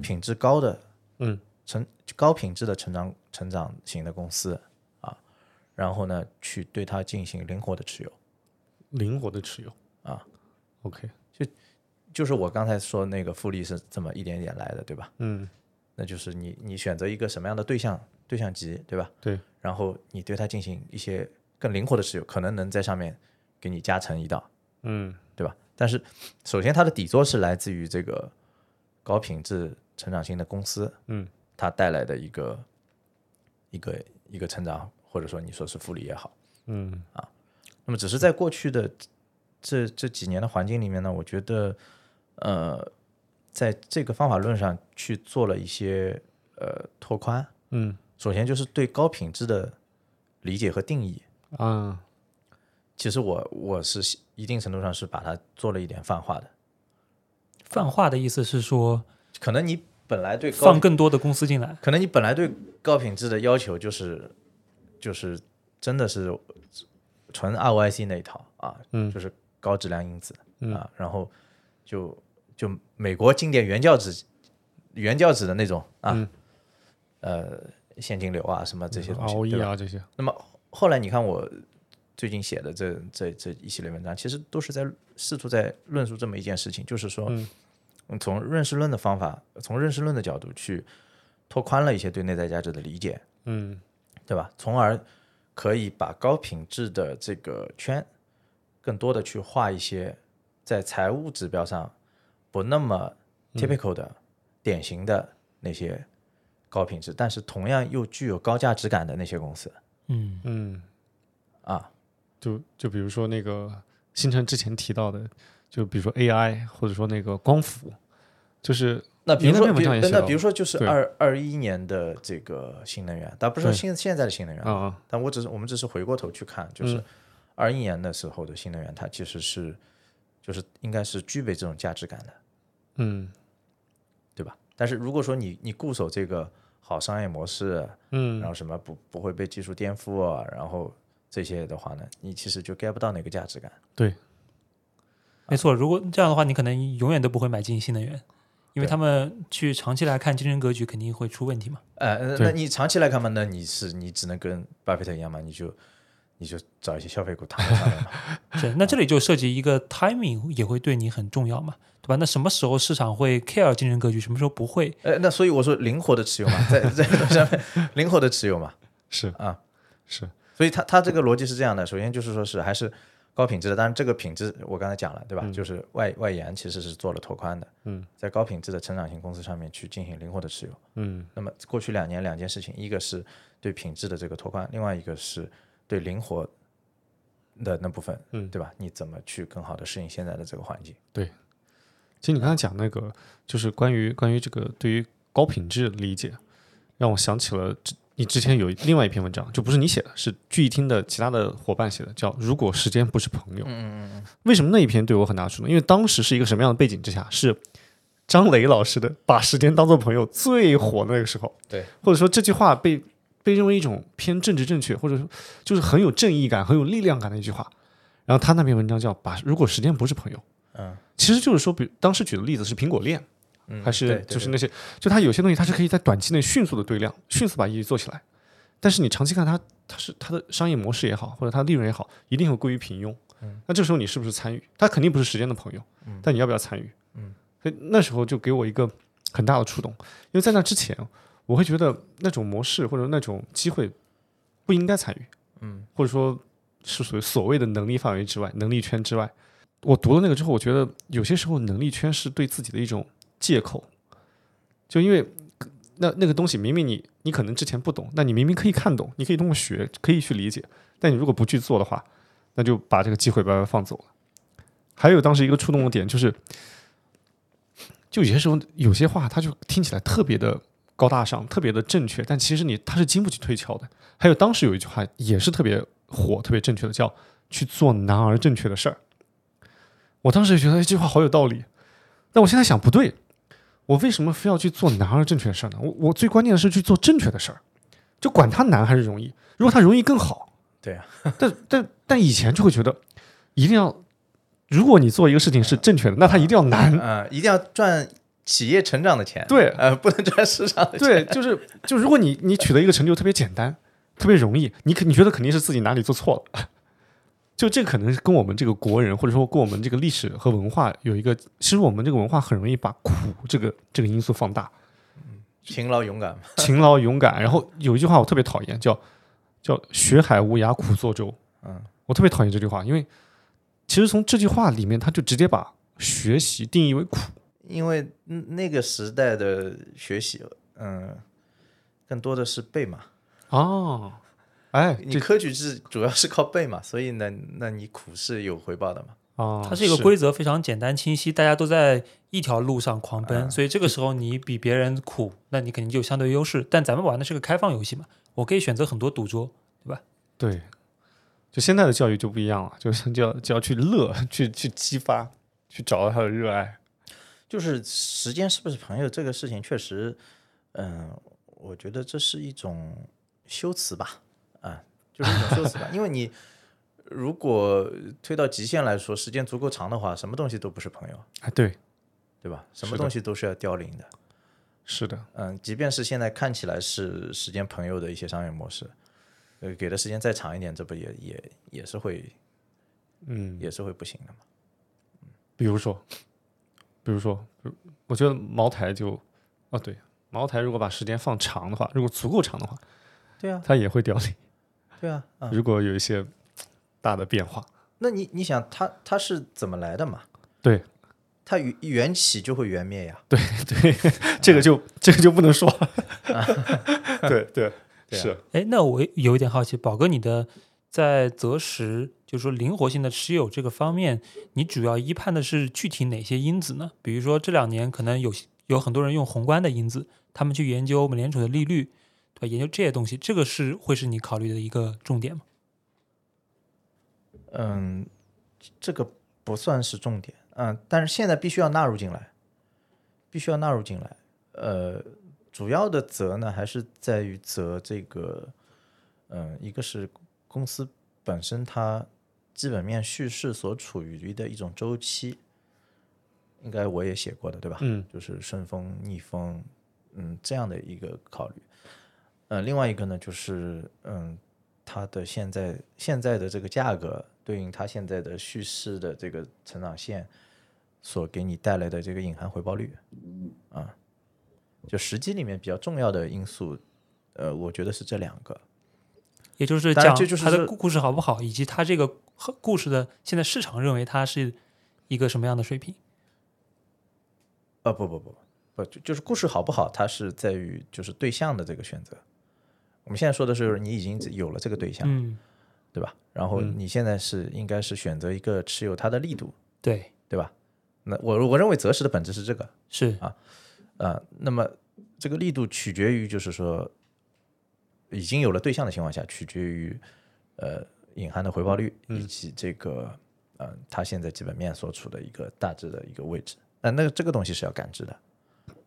品质高的，
嗯，
成高品质的成长成长型的公司啊，然后呢，去对它进行灵活的持有。
灵活的持有
啊
，OK，
就是我刚才说那个复利是这么一点一点来的，对吧？
嗯，
那就是你你选择一个什么样的对象对象集，对吧？
对，
然后你对它进行一些更灵活的持有，可能能在上面给你加成一道，
嗯
对吧？但是首先它的底座是来自于这个高品质成长型的公司，
嗯，
它带来的一个一个一个成长，或者说你说是复利也好，啊
嗯。
那么只是在过去的这这几年的环境里面呢，我觉得，呃，在这个方法论上去做了一些呃拓宽。
嗯
首先就是对高品质的理解和定义，
啊，
其实我我是一定程度上是把它做了一点泛化的。
泛化的意思是说
可能你本来对高
放，更多的公司进来，
可能你本来对高品质的要求就是就是真的是纯 ROIC 那一套啊，
嗯
就是高质量因子。
嗯
啊，然后就就美国经典原教旨原教旨的那种啊，
嗯
呃，现金流啊什么这些东西，对
ROE
吧？
啊这些，
那么后来你看我最近写的这这这一系列文章，其实都是在试图在论述这么一件事情，就是说，
嗯
嗯从认识论的方法，从认识论的角度去拓宽了一些对内在价值的理解，
嗯
对吧？从而可以把高品质的这个圈，更多的去画一些在财务指标上不那么 typical 的、典型的那些高品质，但是同样又具有高价值感的那些公司
嗯，
嗯，
啊。
就就比如说那个星辰之前提到的，就比如说 AI 或者说那个光伏，就是
那比如
您的
说，
那
比如
文章也写
那
到
比如说，就是
对
二二一年的这个新能源，但不是说
对
现现在的新能源，
啊嗯啊
但我只是我们只是回过头去看，就是二一年的时候的新能源，它其实是就是应该是具备这种价值感的。
嗯
对吧？但是如果说你你固守这个好商业模式，然
嗯
后什么不不会被技术颠覆啊，然后这些的话呢，你其实就 get 不到那个价值感。
没错。如果这样的话，你可能永远都不会买进新能源，因
对
为他们去长期来看竞争格局肯定会出问题嘛。
呃，
对
那你长期来看嘛，那你是你只能跟巴菲特一样嘛，你就你就找一些消费股躺在上面嘛。
是，那这里就涉及一个 timing 也会对你很重要嘛，对吧？那什么时候市场会 care 竞争格局，什么时候不会？
呃，那所以我说灵活的持有嘛，在在上面灵活的持有嘛。
是
啊
是
所以他他这个逻辑是这样的，首先就是说是还是高品质的，当然这个品质我刚才讲了，对吧？
嗯
就是外外延其实是做了拓宽的，
嗯，
在高品质的成长型公司上面去进行灵活的持有。
嗯
那么过去两年两件事情，一个是对品质的这个拓宽，另外一个是对灵活的那部分，
嗯
对吧？你怎么去更好的适应现在的这个环境？
其实你刚才讲那个，就是关于关于这个对于高品质的理解，让我想起了之你之前有另外一篇文章，就不是你写的，是聚义厅的其他的伙伴写的，叫《如果时间不是朋友》。
嗯嗯
为什么那一篇对我很大触动？因为当时是一个什么样的背景之下？是张磊老师的“把时间当做朋友”最火的那个时候。
对，
或者说这句话被被认为一种偏政治正确，或者说就是很有正义感、很有力量感的一句话。然后他那篇文章叫“把如果时间不是朋友”，
嗯，
其实就是说，比如当时举的例子是苹果链，
嗯，
还是
对对
就是
对
那些，就它有些东西它是可以在短期内迅速的堆量，迅速把业绩做起来，但是你长期看它，它是它的商业模式也好，或者它的利润也好，一定会归于平庸。
嗯
那这时候你是不是参与？它肯定不是时间的朋友，
嗯
但你要不要参与？
嗯，
所以那时候就给我一个很大的触动，因为在那之前，我会觉得那种模式或者那种机会不应该参与，
嗯，
或者说是属于所谓的能力范围之外、能力圈之外。我读了那个之后，我觉得有些时候能力圈是对自己的一种借口，就因为那那个东西明明你你可能之前不懂，那你明明可以看懂，你可以通过学可以去理解，但你如果不去做的话，那就把这个机会白白放走了。还有当时一个触动的点就是，就有些时候有些话它就听起来特别的高大上，特别的正确，但其实你它是经不起推敲的。还有当时有一句话也是特别火、特别正确的，叫“去做难而正确的事儿”。我当时也觉得哎这句话好有道理，但我现在想不对，我为什么非要去做难而正确的事儿呢？我我最关键的是去做正确的事儿，就管它难还是容易。如果它容易更好，
对啊，
[laughs] 但但但以前就会觉得一定要，如果你做一个事情是正确的，那它一定
[laughs]
要难。
嗯，一定要赚企业成长的钱，
对
呃，不能赚市场的钱，
[laughs] 对，就是就如果你你取得一个成就特别简单，特别容易，你肯你觉得肯定是自己哪里做错了， [laughs] 就这可能是跟我们这个国人或者说跟我们这个历史和文化有一个，其实我们这个文化很容易把苦这个这个因素放大，
勤劳勇敢嘛，
勤劳勇敢。然后有一句话我特别讨厌，叫叫“学海无涯苦作舟”。
嗯，
我特别讨厌这句话，因为其实从这句话里面，他就直接把学习定义为苦。
因为嗯那个时代的学习，嗯，更多的是背嘛，
哦，哎，
你
这
科举制主要是靠背嘛，所以呢，那你苦是有回报的嘛，
啊，
它是一个规则非常简单清晰，大家都在一条路上狂奔，
嗯
所以这个时候你比别人苦，那你肯定就有相对优势。但咱们玩的是个开放游戏嘛，我可以选择很多赌桌，
对，就现在的教育就不一样了，就是就要就要去乐，去去激发，去找到他的热爱。
就是时间是不是朋友这个事情，确实，嗯、我觉得这是一种修辞吧，啊，就是一种修
[laughs]
辞吧，因为你如果推到极限来说，时间足够长的话，什么东西都不是朋友，
哎，对，
啊对吧？什
是
么
的
东西都是要凋零的。
是的，
嗯，即便是现在看起来是时间朋友的一些商业模式，呃，给的时间再长一点，这不也也也是会
嗯，
也是会不行的嘛？
比如说，比如说，比如我觉得茅台就，哦对，茅台如果把时间放长的话，如果足够长的话，
对啊，
它也会凋零。
对啊，啊、
如果有一些大的变化，
那你你想它它是怎么来的嘛？
对
它缘缘起就会缘灭呀，
对对，这个
啊
就这个就不能说了。 [laughs] 对对
对啊
是，
哎，那我有一点好奇，宝哥，你的在择时，就是说灵活性的持有这个方面，你主要依盼的是具体哪些因子呢？比如说这两年可能有有很多人用宏观的因子，他们去研究美联储的利率，对吧？研究这些东西，这个是会是你考虑的一个重点吗？
嗯，这个不算是重点，嗯，但是现在必须要纳入进来，必须要纳入进来。呃，主要的责呢还是在于责这个，嗯、一个是公司本身它基本面叙事所处于的一种周期，应该我也写过的，对吧？
嗯
就是顺风逆风，嗯，这样的一个考虑。呃，另外一个呢，就是嗯，它的现在现在的这个价格对应它现在的叙事的这个成长线所给你带来的这个隐含回报率，啊，就时机里面比较重要的因素，呃，我觉得是这两个。
也就是
当然
讲
这就是
他的
是
故故事好不好，以及他这个故事的现在市场认为它是一个什么样的水平。
呃，不不不不，就就是故事好不好，它是在于就是对象的这个选择。我们现在说的是你已经有了这个对象，
嗯，
对吧？然后
嗯
你现在是应该是选择一个持有它的力度，
对，
对吧？那我我认为择时的本质是这个，
是
呃，那么这个力度取决于就是说已经有了对象的情况下，取决于呃隐含的回报率以及这个呃它现在基本面所处的一个大致的一个位置。那那个这个东西是要感知的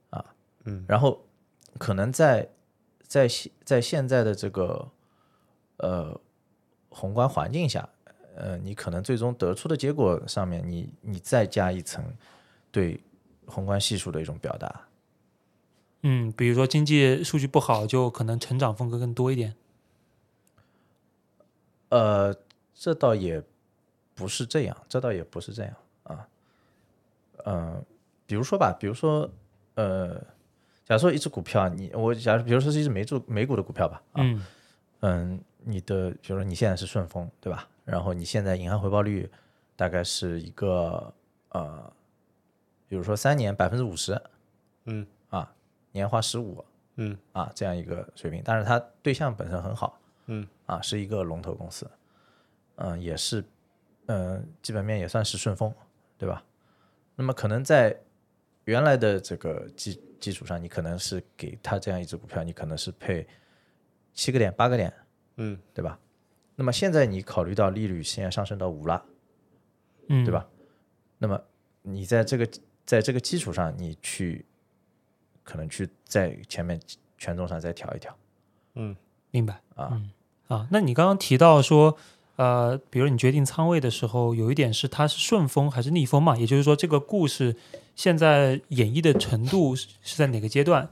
啊，
嗯，
然后可能在在现在现在的这个呃宏观环境下，呃，你可能最终得出的结果上面，你你再加一层对宏观系数的一种表达，
嗯，比如说经济数据不好，就可能成长风格更多一点。
呃，这倒也不是这样，这倒也不是这样啊。呃，比如说吧，比如说，呃，假如说一只股票，你我假如比如说是一只美股美股的股票吧，啊，
嗯
嗯，你的比如说你现在是顺丰，对吧？然后你现在银行回报率大概是一个呃，比如说三年百分之五十
嗯
啊，年化十五
嗯
啊这样一个水平，但是它对象本身很好，
嗯
啊，是一个龙头公司，嗯、也是，嗯、基本面也算是顺风，对吧？那么可能在原来的这个基基础上，你可能是给它这样一只股票，你可能是配七个点、八个点，
嗯
对吧？那么现在你考虑到利率现在上升到五了，
嗯，
对吧？那么你在这个在这个基础上，你去可能去在前面权重上再调一调，
嗯
明白
啊
嗯啊，那你刚刚提到说，呃，比如你决定仓位的时候，有一点是它是顺风还是逆风嘛？也就是说，这个故事现在演绎的程度是是在哪个阶段？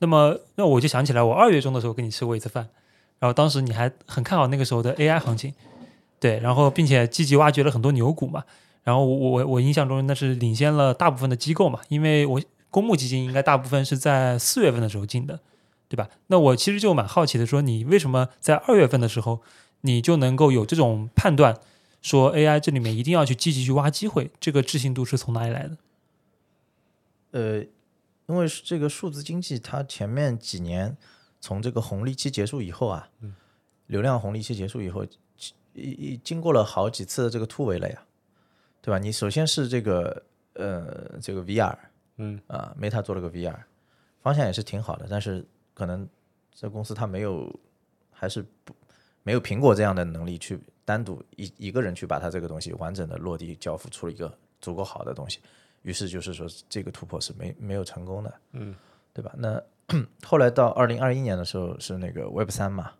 那么，那我就想起来，我二月中的时候跟你吃过一次饭，然后当时你还很看好那个时候的 AI 行情，对，然后并且积极挖掘了很多牛股嘛。然后我我我印象中那是领先了大部分的机构嘛，因为我公募基金应该大部分是在四月份的时候进的，对吧？那我其实就蛮好奇的，说你为什么在二月份的时候，你就能够有这种判断，说 AI 这里面一定要去积极去挖机会，这个置信度是从哪里来的？
呃，因为是这个数字经济，它前面几年从这个红利期结束以后啊，流量红利期结束以后，其一一经过了好几次的这个突围了呀，对吧？你首先是这个呃这个 VR
嗯
啊、m e t a 做了个 VR，方向也是挺好的，但是可能这公司它没有还是不没有苹果这样的能力去单独一一个人去把它这个东西完整的落地交付出一个足够好的东西。于是就是说这个突破是没没有成功的，嗯，对吧？那 [clears throat] 后来到二零二一年的时候是那个 Web 三嘛，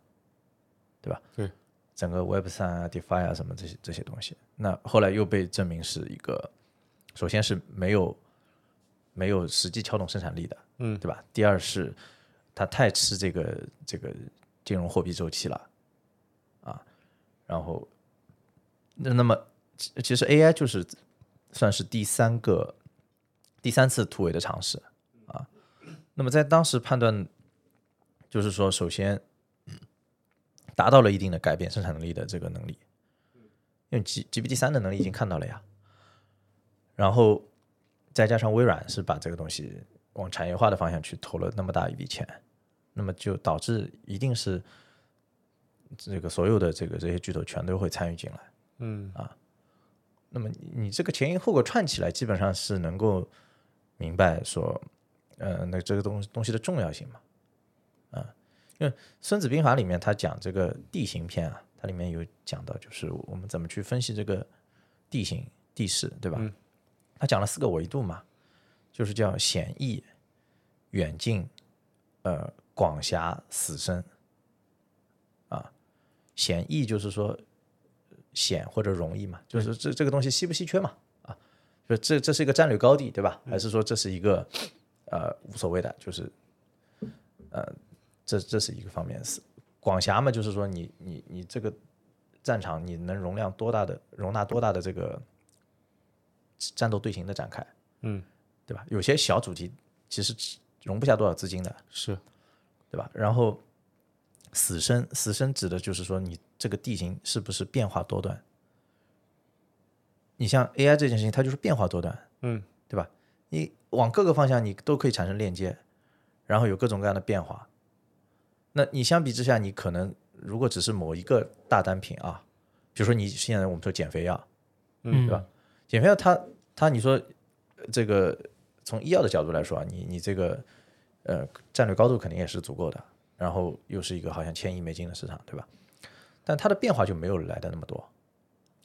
对吧？
对，
整个 Web 三啊、DeFi 啊什么这些这些东西，那后来又被证明是一个，首先是没有没有实际撬动生产力的，
嗯
对吧？第二是它太吃这个这个金融货币周期了，啊，然后那那么其其实 AI 就是算是第三个第三次突围的尝试啊。那么在当时判断，就是说，首先达到了一定的改变生产能力的这个能力，因为 G GPT 三的能力已经看到了呀。然后再加上微软是把这个东西往产业化的方向去投了那么大一笔钱，那么就导致一定是这个所有的这个这些巨头全都会参与进来。啊
嗯
那么你你这个前因后果串起来，基本上是能够明白说，呃，那这个东东西的重要性嘛，啊，因为《孙子兵法》里面他讲这个地形篇啊，它里面有讲到，就是我们怎么去分析这个地形地势，对吧？他讲了四个维度嘛，就是叫险易、远近、呃广狭、死深，啊，险易就是说险或者容易嘛，就是这这个东西稀不稀缺嘛，啊，就这这是一个战略高地，对吧？还是说这是一个呃无所谓的，就是呃这这是一个方面。是广狭嘛，就是说你你你这个战场你能容量多大的容纳多大的这个战斗队形的展开，
嗯，
对吧？有些小主题其实容不下多少资金的，
是
对吧？然后死生，死生指的就是说你这个地形是不是变化多端。你像 AI 这件事情，它就是变化多端，
嗯，
对吧？你往各个方向你都可以产生链接，然后有各种各样的变化。那你相比之下，你可能如果只是某一个大单品啊，比如说你现在我们说减肥药，
嗯，
对吧？减肥药它它你说呃这个从医药的角度来说啊，你你这个呃战略高度肯定也是足够的，然后又是一个好像千亿美金的市场，对吧？但它的变化就没有来的那么多，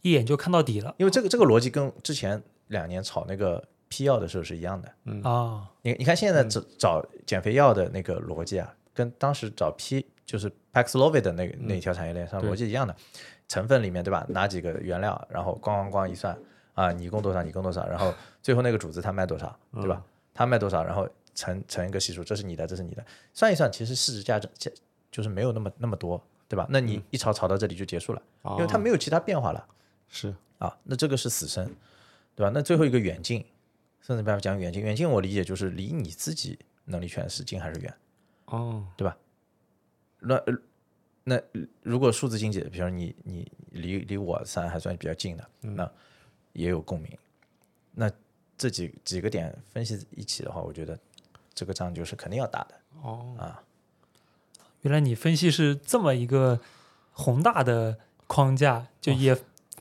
一眼就看到底了
因为这个这个逻辑跟之前两年炒那个批药的时候是一样的。
啊，
你你看现在找找减肥药的那个逻辑啊，跟当时找 P 就是 Paxlovid 的那个那条产业链上
对
逻辑一样的，成分里面对吧？哪几个原料，然后咣咣咣一算啊，你供多少，你供多少，然后最后那个主子他卖多少，对吧？他卖多少，然后乘乘一个系数，这是你的，这是你的，算一算，其实市值价值价就是没有那么那么多，对吧？那你一炒炒到这里就结束了，因为它没有其他变化了。
哦是
啊，那这个是死生，对吧？那最后一个远近，甚至办法讲远近，远近我理解就是离你自己能力圈是近还是远。
哦，
那呃那呃如果数字经济，比如说你你离离我三还算比较近的，那也有共鸣。那这几几个点分析一起的话，我觉得这个仗就是肯定要打的。
哦
原来你分析是这么一个宏大的框架，就也、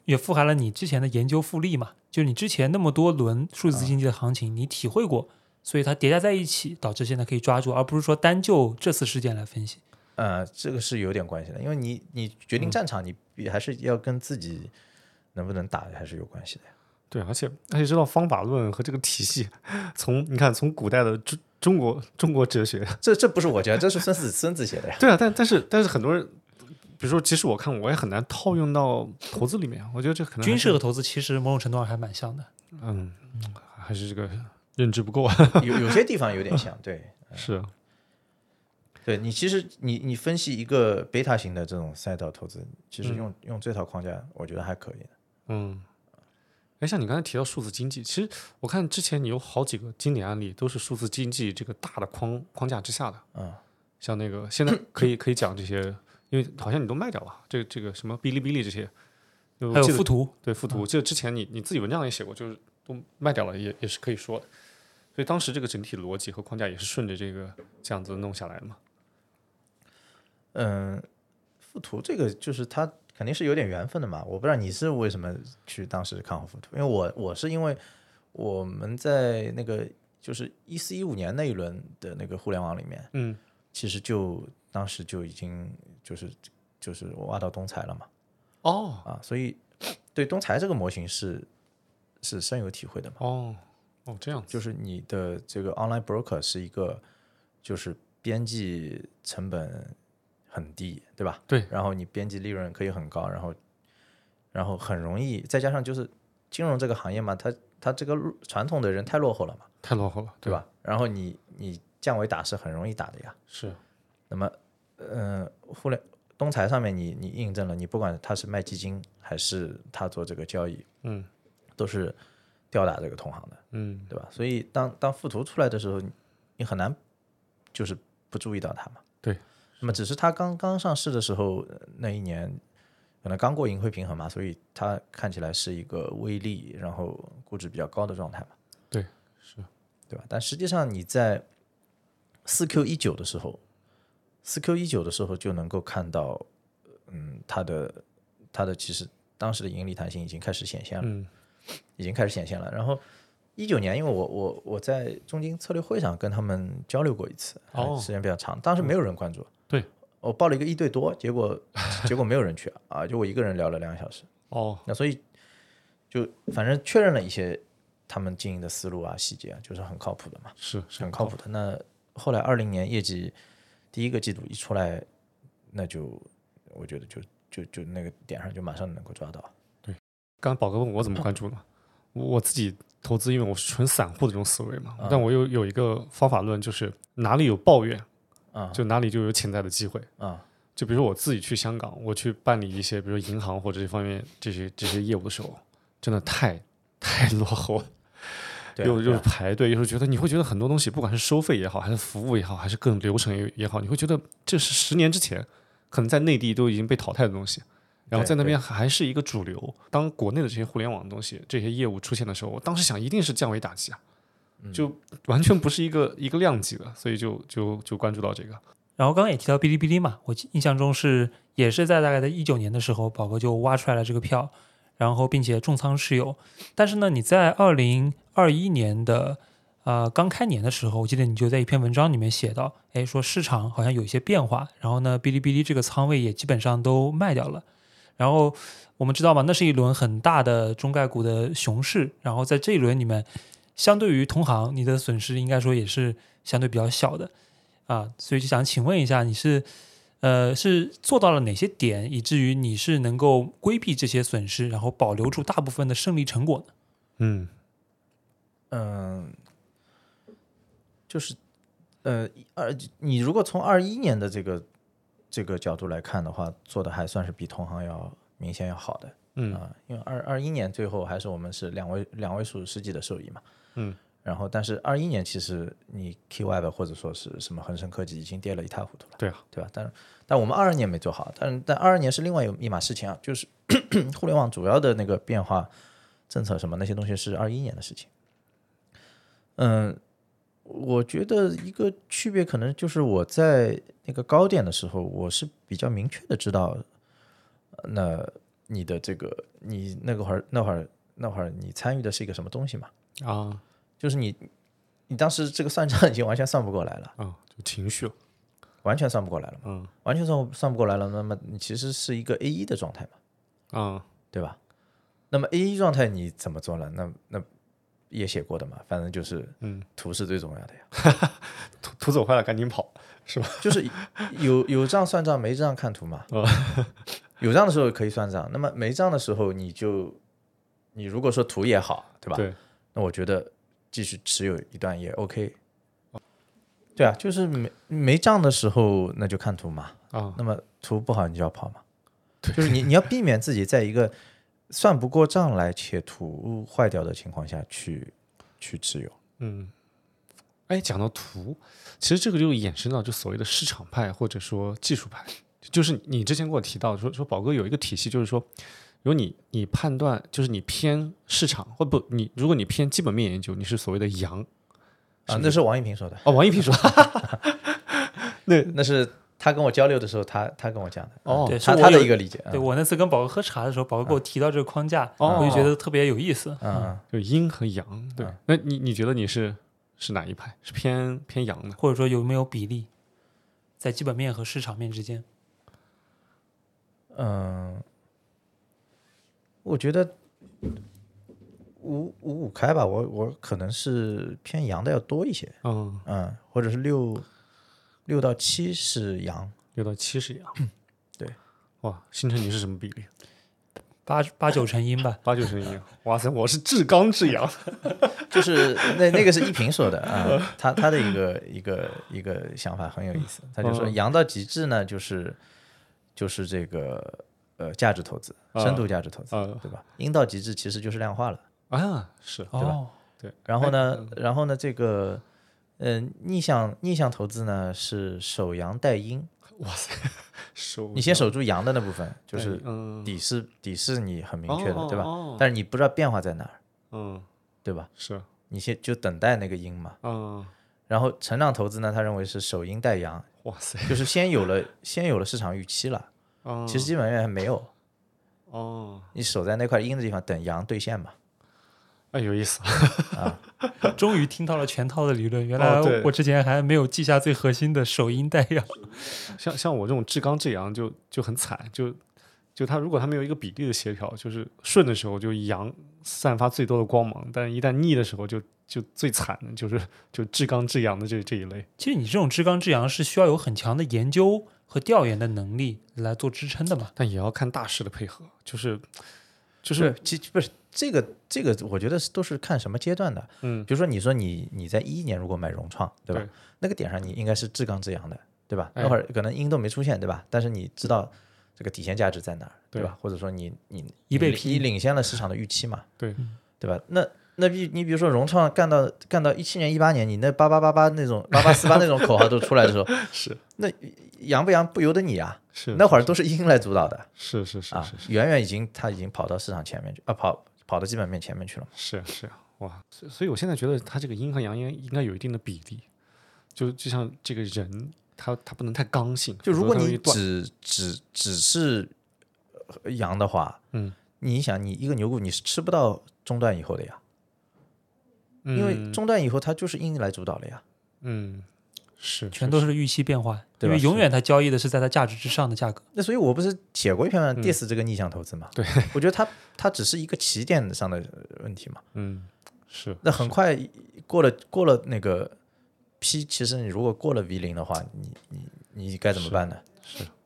也富含了你之前的研究复利嘛，就你之前那么多轮数字经济的行情，你体会过，所以它叠加在一起，导致现在可以抓住，而不是说单就这次事件来分析。
呃，这个是有点关系的，因为你你决定战场，你必还是要跟自己能不能打还是有关系的。
对，而且而且知道方法论和这个体系，从你看从古代的中中国中国哲学， [laughs]
这这不是我觉得，这是孙子孙子写的呀。
对啊，但但是但是很多人，比如说即使我看我也很难套用到投资里面，我觉得这可能还
军
是
事和投资其实某种程度上还蛮像的。
嗯，还是这个认知不够啊， [laughs]
有有些地方有点像，对，
是啊
对你其实你你分析一个贝塔型的这种赛道投资，其实用、用这套框架，我觉得还可以的。
嗯。哎，像你刚才提到数字经济，其实我看之前你有好几个经典案例都是数字经济这个大的框框架之下的，
嗯，
像那个现在可以可以讲这些，因为好像你都卖掉了，这个这个什么哔哩哔哩这些，就
还有
记得
附图，
对附图，记得之前你你自己文章也写过，就是都卖掉了，也也是可以说的。所以当时这个整体逻辑和框架也是顺着这个这样子弄下来的嘛。
嗯，附图这个就是它肯定是有点缘分的嘛。我不知道你是为什么去当时看好附图，因为我我是因为我们在那个就是一四一五年那一轮的那个互联网里面，
嗯，
其实就当时就已经就是就是挖到东财了嘛。
哦
啊，所以对东财这个模型是是深有体会的嘛，
哦哦，这样子
就是你的这个 online broker 是一个就是边际成本很低，对吧？
对
然后你边际利润可以很高，然后然后很容易，再加上就是金融这个行业嘛，它它这个路传统的人太落后了嘛，
太落后了，
对？吧？然后你你降维打是很容易打的呀，
嗯是，
那么，呃，互联东财上面你你印证了，你不管他是卖基金还是他做这个交易，
嗯，
都是吊打这个同行的，
嗯，
对吧？所以当当附图出来的时候，你你很难就是不注意到它嘛。
对。
那么只是它刚刚上市的时候呃那一年，可能刚过盈亏平衡嘛，所以它看起来是一个微利，然后估值比较高的状态嘛。
对，
是，对吧？但实际上你在四 Q 一九的时候，四 Q 一九的时候就能够看到，嗯，它的它的其实当时的盈利弹性已经开始显现了，
嗯
已经开始显现了。然后一九年，因为我我我在中金策略会上跟他们交流过一次，
哦嗯
啊时间比较长，当时没有人关注，
对
我报了一个一对多，结果 [laughs] 结果没有人去啊，就我一个人聊了两个小时。
哦
那所以就反正确认了一些他们经营的思路啊、细节啊，就是很靠谱的嘛。
是
是
是
很靠谱的。那后来二零年业绩第一个季度一出来，那就我觉得就就就那个点上就马上能够抓到。
刚刚宝哥问我怎么关注嘛，我我自己投资，因为我是纯散户的这种思维嘛，
嗯
但我又有一个方法论，就是哪里有抱怨，
啊
就哪里就有潜在的机会。
啊
就比如说我自己去香港，我去办理一些，比如银行或者这方面这些这些业务的时候，真的太太落后了，
对啊，
又又
对
是
啊
排队，又是觉得你会觉得很多东西，不管是收费也好，还是服务也好，还是各种流程也也好，你会觉得这是十年之前可能在内地都已经被淘汰的东西，然后
对
在那边还是一个主流。当国内的这些互联网的东西、这些业务出现的时候，我当时想一定是降维打击啊，
嗯
就完全不是一个一个量级的，所以就就就关注到这个。
然后刚刚也提到哔哩哔哩嘛，我记印象中是也是在大概在一九年的时候，宝哥就挖出来了这个票，然后并且重仓持有。但是呢，你在二零二一年的呃刚开年的时候，我记得你就在一篇文章里面写到，哎，说市场好像有一些变化，然后呢，哔哩哔哩这个仓位也基本上都卖掉了。然后我们知道嘛，那是一轮很大的中概股的熊市，然后在这一轮里面，相对于同行，你的损失应该说也是相对比较小的。啊，所以就想请问一下，你是呃是做到了哪些点，以至于你是能够规避这些损失，然后保留住大部分的胜利成果呢？
嗯，
嗯，就是呃，一二，你如果从二一年的这个这个角度来看的话，做的还算是比同行要明显要好的。
嗯
啊，因为二二一年最后还是我们是两位两位数世纪的收益嘛。
嗯。
然后，但是二一年其实你 K Y 的或者说是什么恒生科技已经跌了一塌糊涂了，
对啊，
对吧？但是但我们二二年没做好，但是但二二年是另外有一码事情啊，就是 [coughs] 互联网主要的那个变化政策什么那些东西是二一年的事情。嗯，我觉得一个区别可能就是我在那个高点的时候，我是比较明确的知道，呃那你的这个你那个会儿那会儿那会儿你参与的是一个什么东西嘛？
啊
就是你你当时这个算账已经完全算不过来了，
啊，就情绪了。
完全算不过来了嘛，
嗯
完全算不算不过来了。那么你其实是一个 A E 一的状态嘛，
[laughs] 啊
对吧？那么 A 一状态你怎么做呢？那那也写过的嘛，反正就是
嗯，
图是最重要的呀。 [laughs]
图图走坏了赶紧跑。
就是有有账算账，没账看图嘛。
哦
[laughs] 有账的时候可以算账，那么没账的时候，你就你如果说图也好，对吧？
对，
那我觉得继续持有一段也 OK。对啊，就是没没账的时候，那就看图嘛。
啊
那么图不好，你就要跑嘛。就是你你要避免自己在一个算不过账来且图坏掉的情况下去去持有。
嗯，哎，讲到图，其实这个就衍生到就所谓的市场派或者说技术派，就是你之前给我提到说说宝哥有一个体系，就是说，如果你你判断就是你偏市场或不你如果你偏基本面研究，你是所谓的阳
啊，那是王一平说的，
哦，王一平说
那是他跟我交流的时候，他他跟我讲的。
[laughs]
嗯
哦
对，是
他
我
他的
有
一个理解，嗯
对我那次跟宝哥喝茶的时候，宝哥给我提到这个框架，
啊哦
我就觉得特别有意思。
嗯，
就阴和阳，对，
嗯
那你你觉得你是是哪一派？是偏偏阳的？
或者说有没有比例在基本面和市场面之间？
嗯嗯，我觉得五五五开吧，我我可能是偏阳的要多一些，
嗯，
嗯，或者是六六到七是阳，
六到七十阳，
对，
哇，星辰你是什么比例？，
八八九成阴吧
八九成阴，哇塞，我是至刚至
[laughs]
阳。
就是那那个是一平说的啊、
嗯
[laughs] 他他的一个一个一个想法很有意思，他就说
嗯
阳到极致呢，就是就是这个呃价值投资，深度价值投资，
啊
对吧？阴到极致其实就是量化了。
啊，是
哦，
[laughs] 对，
然后呢，
哎
然后呢，这个呃逆向逆向投资呢是守阳带阴，
手
你先守住阳的那部分，就是
嗯，
底是底是你很明确的，
哦
对吧？
哦
但是你不知道变化在哪儿，
嗯，
对吧？
是，
你先就等待那个阴嘛。
嗯，
然后成长投资呢，他认为是守阴带阳，
哇塞，
就是先有了先有了市场预期了，
嗯，
其实基本面还没有，
哦，
你守在那块阴的地方等阳兑现啊嘛。
哎，有意思， [laughs]
终于听到了全套的理论。原来
哦对
我之前还没有记下最核心的首阴带阳。
像像我这种至刚至阳就就很惨，就就他如果他没有一个比例的协调，就是顺的时候就阳散发最多的光芒，但是一旦逆的时候就就最惨的就是就至刚至阳的这这一类，
其实你这种至刚至阳是需要有很强的研究和调研的能力来做支撑的嘛。
但也要看大势的配合，就是
就
就
是其不是这个这个，我觉得是都是看什么阶段的。
嗯
比如说你说你你在一一年如果买融创，对吧？
对
那个点上你应该是至刚至阳的，对吧？
哎
那会儿可能阴都没出现，对吧？但是你知道这个底线价值在哪儿，对
对
吧？或者说你你
一倍
你你领先了市场的预期嘛，
对
对吧？那那比你比如说融创干到干到一七年一八年，你那八八八八那种八八四八那种口号都出来的时候，
是
那扬不扬不由得你啊。
是
那会儿都是英来主导的
是是是
啊，远远已经他已经跑到市场前面去啊，跑跑到基本面前面去了。
是啊是哇，所以所以我现在觉得他这个阴和阳应该应该有一定的比例，就就像这个人他他不能太刚性，
就如果
否则他
你
容易断
只只只是呃阳的话，
嗯，
你想你一个牛股你是吃不到中段以后的呀，因为
嗯
中段以后它就是阴来主导了呀。
嗯是
全都是预期变化，
对
因
吧
为永远它交易的是在它价值之上的价格。
那所以我不是写过一篇文章 diss 这个逆向投资嘛？
嗯对，
我觉得它它只是一个起点上的呃问题嘛。
嗯是
那很快过了过了那个 P，其实你如果过了 V 零的话，你你你该怎么办呢？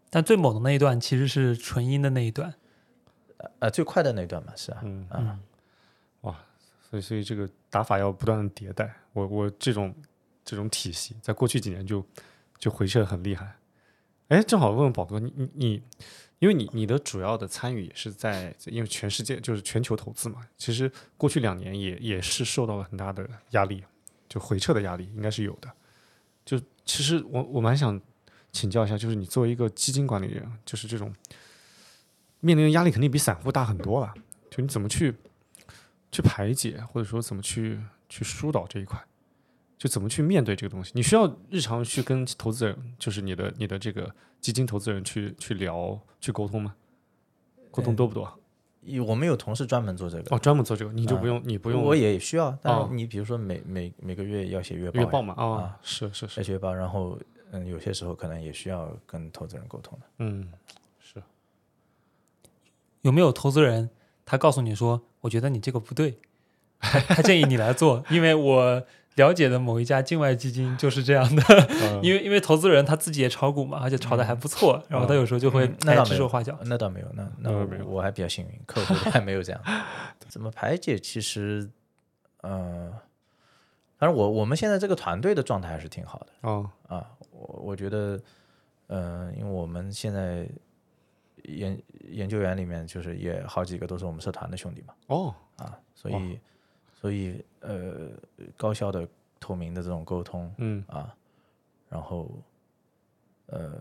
但最猛的那一段其实是纯阴的那一段，
呃，最快的那段嘛，是啊，
嗯
啊，
哇，所以所以这个打法要不断的迭代，我我这种这种体系在过去几年就就回撤得很厉害。哎，正好问问宝哥，你你你，因为你你的主要的参与也是在，因为全世界就是全球投资嘛，其实过去两年也也是受到了很大的压力，就回撤的压力应该是有的。就其实我我蛮想请教一下，就是你作为一个基金管理人，就是这种面临的压力肯定比散户大很多了，就你怎么去去排解，或者说怎么去去疏导这一块，就怎么去面对这个东西。你需要日常去跟投资人，就是你的你的这个基金投资人去去聊去沟通吗？
嗯
沟通多不多？
以我们有同事专门做这个，
哦，专门做这个，你就不用、你不用
啊我也需要，但
哦
是你比如说每每每个月要写月报
月
呀，
报嘛？啊、
啊
是是
要
是，
写月报，然后嗯，有些时候可能也需要跟投资人沟通的。
嗯，
[laughs]
是
有没有投资人他告诉你说，我觉得你这个不对，他他建议你来做，因为我了解的某一家境外基金就是这样的，
呃
嗯
因为因为投资人他自己也炒股嘛，而且炒的还不错，然后他有时候就会
嗯那
哎
倒没
指手
有
画脚。
那倒没有，那那
那倒
我
没有
我还比较幸运，客户还没有
[laughs]
这样。怎么排解？其实，呃，反正我我们现在这个团队的状态还是挺好的。
哦，
啊，我我觉得，嗯、因为我们现在研研究员里面就是也好几个都是我们社团的兄弟嘛，
哦，
啊，所
哇
以所以呃，高效的、透明的这种沟通
嗯
啊，然后呃，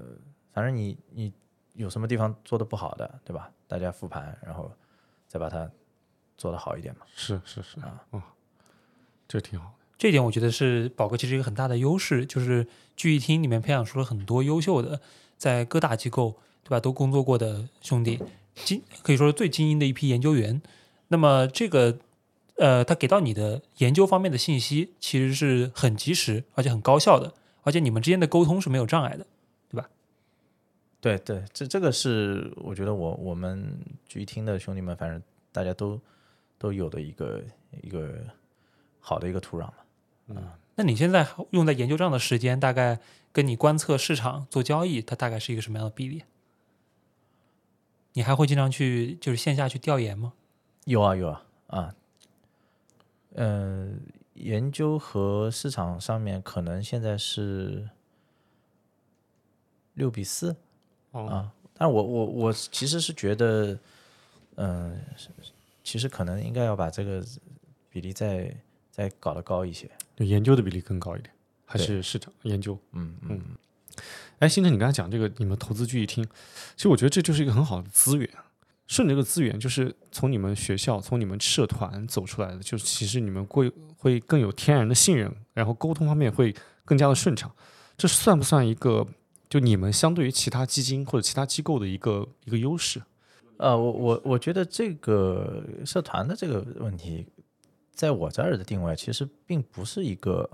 反正你你有什么地方做的不好的，对吧？大家复盘，然后再把它做得好一点嘛，
是是是
啊，
哦，这挺好的，
这一点我觉得是宝哥其实一个很大的优势，就是聚义厅里面培养出了很多优秀的，在各大机构对吧都工作过的兄弟，精可以说是最精英的一批研究员。那么这个呃，他给到你的研究方面的信息其实是很及时，而且很高效的，而且你们之间的沟通是没有障碍的。
对对，这这个是我觉得我我们局一厅的兄弟们，反正大家都都有的一个一个好的一个土壤嘛。
那你现在用在研究这样的时间，大概跟你观测市场做交易，它大概是一个什么样的比例？你还会经常去就是线下去调研吗？
有啊有啊啊，呃，研究和市场上面可能现在是六比四，
哦，
啊，但我我我其实是觉得，嗯、是其实可能应该要把这个比例再再搞得高一些。
就研究的比例更高一点，还
对
是市场研究？
嗯嗯。
哎，星辰，你刚才讲这个，你们投资聚义厅，其实我觉得这就是一个很好的资源。顺着这个资源，就是从你们学校、从你们社团走出来的，就是其实你们会会更有天然的信任，然后沟通方面会更加的顺畅。这算不算一个就你们相对于其他基金或者其他机构的一个一个优势？
呃，我我我觉得这个社团的这个问题，在我这儿的定位其实并不是一个，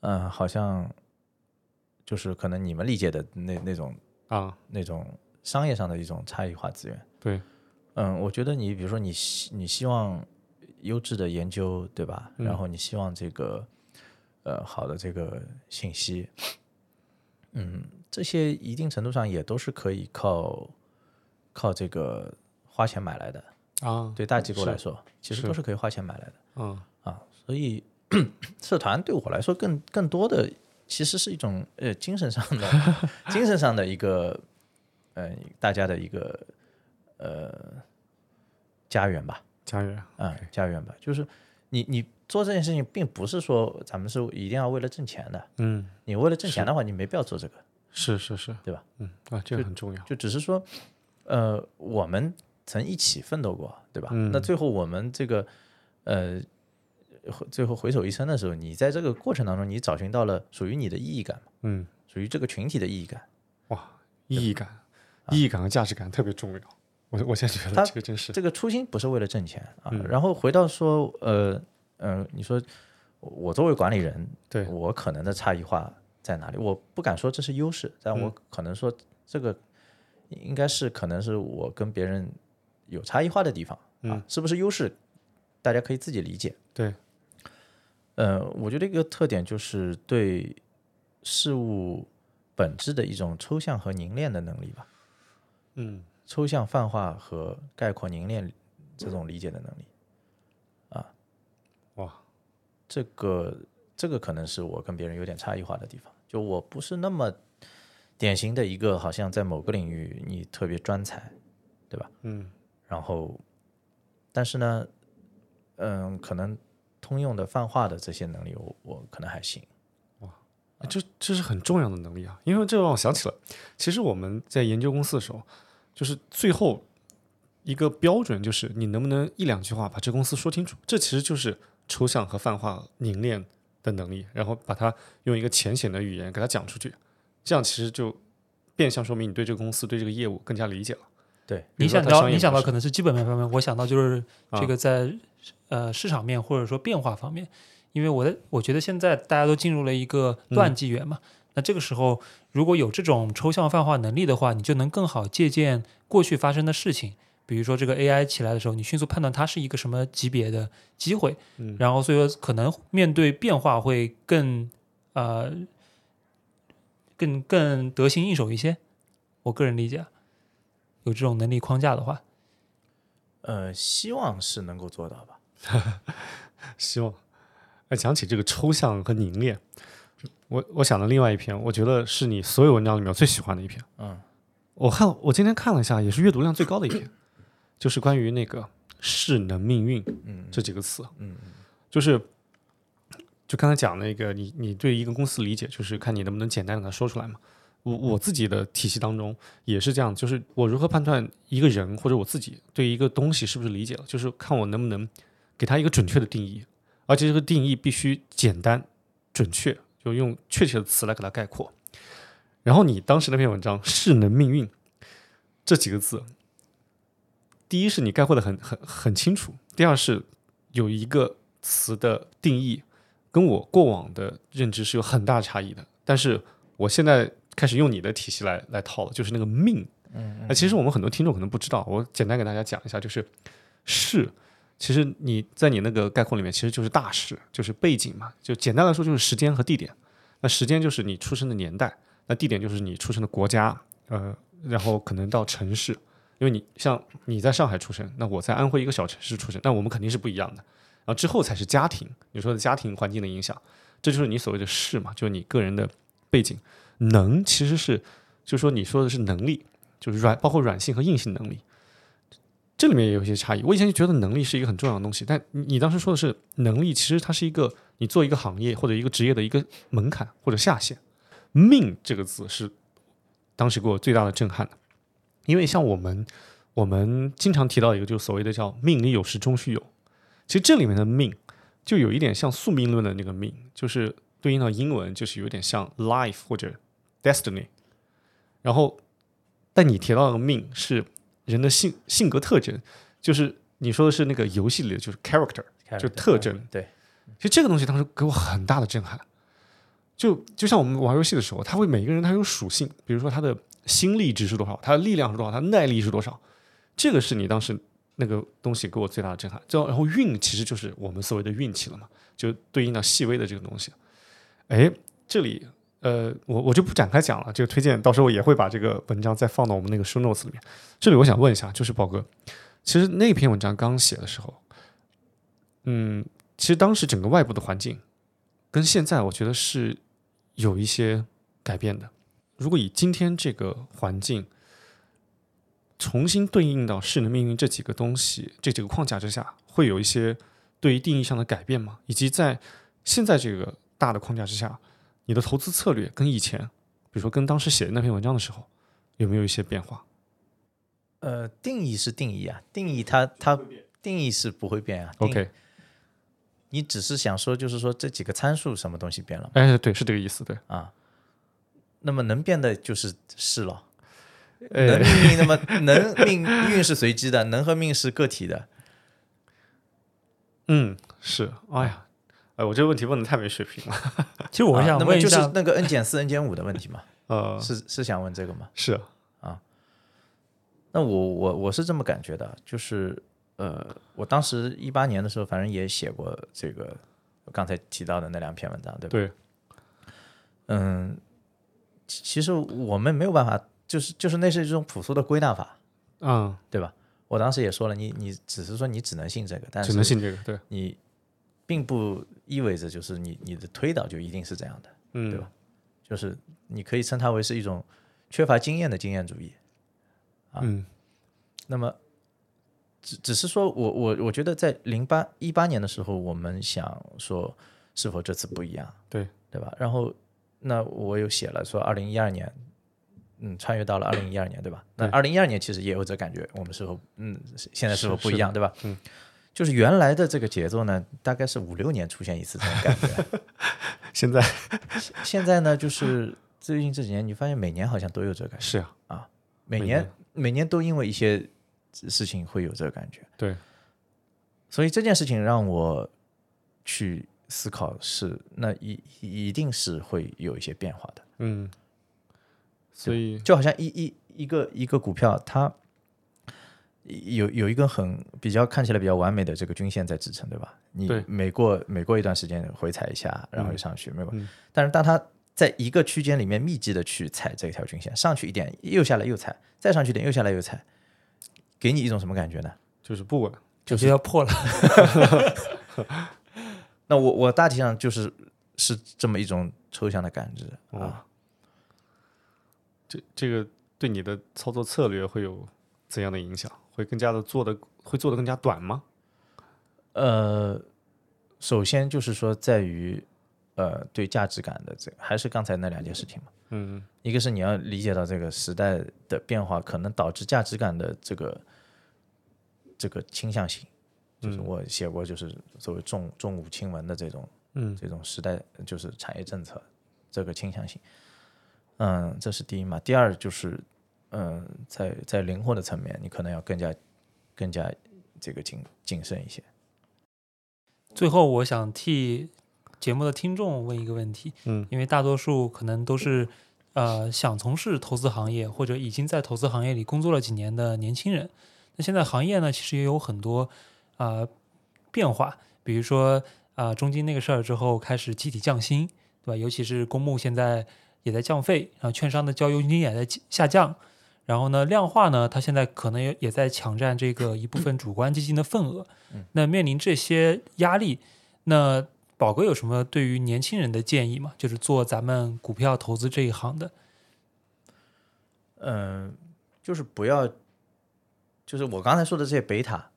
嗯、好像就是可能你们理解的那那种
啊，
那种商业上的一种差异化资源。
对，
嗯，我觉得你比如说你希你希望优质的研究，对吧？
嗯
然后你希望这个呃好的这个信息，嗯，这些一定程度上也都是可以靠靠这个花钱买来的。
啊，
对大机构
是
来说，其实
是
都是可以花钱买来的。
嗯，
啊，所以 [coughs] 社团对我来说更更多的其实是一种呃精神上的精神上的一个呃大家的一个呃家园吧，
佳悦，
啊、家园吧，就是你你做这件事情，并不是说咱们是一定要为了挣钱的。
嗯，
你为了挣钱的话，你没必要做这个。
是是是，
对吧？
嗯啊，这个很重要。
就只是说，呃，我们曾一起奋斗过，对吧？
嗯
那最后我们这个，呃，回最后回首一生的时候，你在这个过程当中，你找寻到了属于你的意义感嘛，
嗯，
属于这个群体的意义感。
意义感、意义感和价值感特别重要。我我现在觉得
啊它
这个真是，
这个初心不是为了挣钱啊。
嗯
然后回到说，呃，嗯、你说我我作为管理人，
对
我可能的差异化在哪里？我不敢说这是优势，但
嗯
我可能说这个应该是可能是我跟别人有差异化的地方啊
嗯，
是不是优势？大家可以自己理解。
对，
呃，我觉得一个特点就是对事物本质的一种抽象和凝练的能力吧。
嗯
抽象泛化和概括凝练这种理解的能力，
哇，
这个这个可能是我跟别人有点差异化的地方，就我不是那么典型的一个好像在某个领域你特别专才，
嗯
然后但是呢，嗯，可能通用的泛化的这些能力我我可能还行，
这这是很重要的能力啊，因为这让我想起了，其实我们在研究公司的时候，就是最后一个标准就是你能不能一两句话把这公司说清楚，这其实就是抽象和泛化凝练的能力，然后把它用一个浅显的语言给它讲出去，这样其实就变相说明你对这个公司、对这个业务更加理解了。
对，
你想
比如说它
到
商业
你想到
模式
可能是基本面方面，我想到就是
啊
这个在、呃市场面或者说变化方面，因为我的我觉得现在大家都进入了一个
嗯
乱纪元嘛，那这个时候如果有这种抽象泛化能力的话，你就能更好借鉴过去发生的事情。比如说这个 AI 起来的时候，你迅速判断它是一个什么级别的机会，
嗯
然后所以说可能面对变化会更呃更更得心应手一些。我个人理解啊，有这种能力框架的话，
呃，希望是能够做到吧。
希望。哎，讲起这个抽象和凝练，我我想到另外一篇，我觉得是你所有文章里面我最喜欢的一篇。
嗯，
我看我今天看了一下，也是阅读量最高的一篇，就是关于那个“势能命运”
嗯
这几个词，
嗯
就是就刚才讲那个，你你对一个公司理解，就是看你能不能简单的它说出来嘛。我我自己的体系当中也是这样，就是我如何判断一个人或者我自己对一个东西是不是理解了，就是看我能不能给它一个准确的定义，而且这个定义必须简单、准确，就用确切的词来给它概括。然后你当时那篇文章“势能命运”这几个字，第一是你概括的很很很清楚，第二是有一个词的定义跟我过往的认知是有很大差异的，但是我现在开始用你的体系来来套了，就是那个命。
嗯
哎，其实我们很多听众可能不知道，我简单给大家讲一下，就是势，其实你在你那个概括里面其实就是大势，就是背景嘛，就简单来说就是时间和地点。那时间就是你出生的年代，那地点就是你出生的国家，呃，然后可能到城市，因为你像你在上海出生，那我在安徽一个小城市出生，那我们肯定是不一样的。然后之后才是家庭，你说的家庭环境的影响，这就是你所谓的势嘛，就是你个人的背景。能其实是，就是说你说的是能力，就是软包括软性和硬性能力，这里面也有一些差异。我以前就觉得能力是一个很重要的东西，但你你当时说的是能力，其实它是一个你做一个行业或者一个职业的一个门槛或者下限。命这个字是当时给我最大的震撼的，因为像我们我们经常提到一个就是所谓的叫命里有时终须有，其实这里面的命就有一点像宿命论的那个命，就是对应到英文就是有点像 life 或者 destiny，然后但你提到的命是人的性性格特征，就是你说的是那个游戏里的就是 character，
嗯，
就特征
对，
其实这个东西当时给我很大的震撼。就就像我们玩游戏的时候，他会每一个人他有属性，比如说他的心力值是多少，他的力量是多少，他的耐力是多少，这个是你当时那个东西给我最大的震撼。就然后运其实就是我们所谓的运气了嘛，就对应到细微的这个东西。哎，这里呃，我我就不展开讲了，这个推荐到时候也会把这个文章再放到我们那个 show notes 里面。这里我想问一下，就是宝哥，其实那篇文章刚写的时候，嗯，其实当时整个外部的环境跟现在，我觉得是有一些改变的。如果以今天这个环境重新对应到“势能命运”这几个东西、这几个框架之下，会有一些对于定义上的改变嘛，以及在现在这个大的框架之下，你的投资策略跟以前，比如说跟当时写的那篇文章的时候，有没有一些变化？
呃，定义是定义啊，定义它它定义是不会变啊。定
OK，
你只是想说，就是说这几个参数什么东西变了
哎，对，是这个意思，对，
啊？那么能变的就是是了，能
呃
哎，
命运那么 [laughs] 能命运是随机的，能和命是个体的。
嗯，是，哎呀，哎，我这个问题问的太没水平了，
其实我
啊
想
那么
问一
就是
下，啊
那个 n 减四、n 减五的问
[laughs]
题嘛，
呃，
是是想问这个吗？
是，
那我我我是这么感觉的，就是呃，我当时一八年的时候，反正也写过这个我刚才提到的那两篇文章，对吧？
对，
嗯，其其实我们没有办法，就是就是那是一种朴素的归纳法，
嗯，
对吧？我当时也说了，你你只是说你只能信这个，但
只能
是
信这个，对，
你并不意味着就是你你的推导就一定是这样的，
嗯，
对吧就是你可以称它为是一种缺乏经验的经验主义。啊
嗯，
那么，只只是说我我我觉得在零八一八年的时候，我们想说是否这次不一样，
对
对吧？然后那我有写了说二零一二年，嗯，穿越到了二零一二年，对吧？那
对
二零一二年其实也有这感觉，我们是否嗯是现在是否
是
不一
是
样，对吧？
嗯。
就是原来的这个节奏呢，大概是五六年出现一次这种感觉。 [laughs]
现在
现在呢，就是最近这几年，你发现每年好像都有这个感觉。
是啊，
每
每
年
年
每年都因为一些事情会有这个感觉。
[laughs] 对，
所以这件事情让我去思考是，那一一定是会有一些变化的。
嗯，所以，
就好像一一一个一个股票，它有有一根很比较看起来比较完美的这个均线在支撑，对吧？你
对
每过每过一段时间回踩一下，然后又
嗯
上去，没有、
嗯
但是当它在一个区间里面密集的去踩这条均线，上去一点又下来又踩，再上去一点又下来又踩，给你一种什么感觉呢？
就是不稳，
就是要破了。
那我我大体上就是是这么一种抽象的感知
哦
啊。
这这个对你的操作策略会有怎样的影响？会更加的做的会做的更加短吗？
呃，首先就是说在于呃对价值感的这个，还是刚才那两件事情嘛。
嗯，
一个是你要理解到这个时代的变化可能导致价值感的这个这个倾向性，就是
嗯
我写过就是所谓重重武轻文的这种
嗯
这种时代就是产业政策这个倾向性。嗯，这是第一嘛。第二就是，嗯，在在灵活的层面，你可能要更加更加这个谨谨慎一些。
最后，我想替节目的听众问一个问题，
嗯
因为大多数可能都是呃想从事投资行业或者已经在投资行业里工作了几年的年轻人。那现在行业呢，其实也有很多啊、呃变化，比如说啊、呃中金那个事儿之后开始集体降薪，对吧？尤其是公募现在也在降费，然后券商的交佣金也在降下降。然后呢，量化呢，它现在可能也也在抢占这个一部分主观基金的份额。那面临这些压力，那宝哥有什么对于年轻人的建议吗？就是做咱们股票投资这一行的，
嗯，就是不要，就是我刚才说的这些贝塔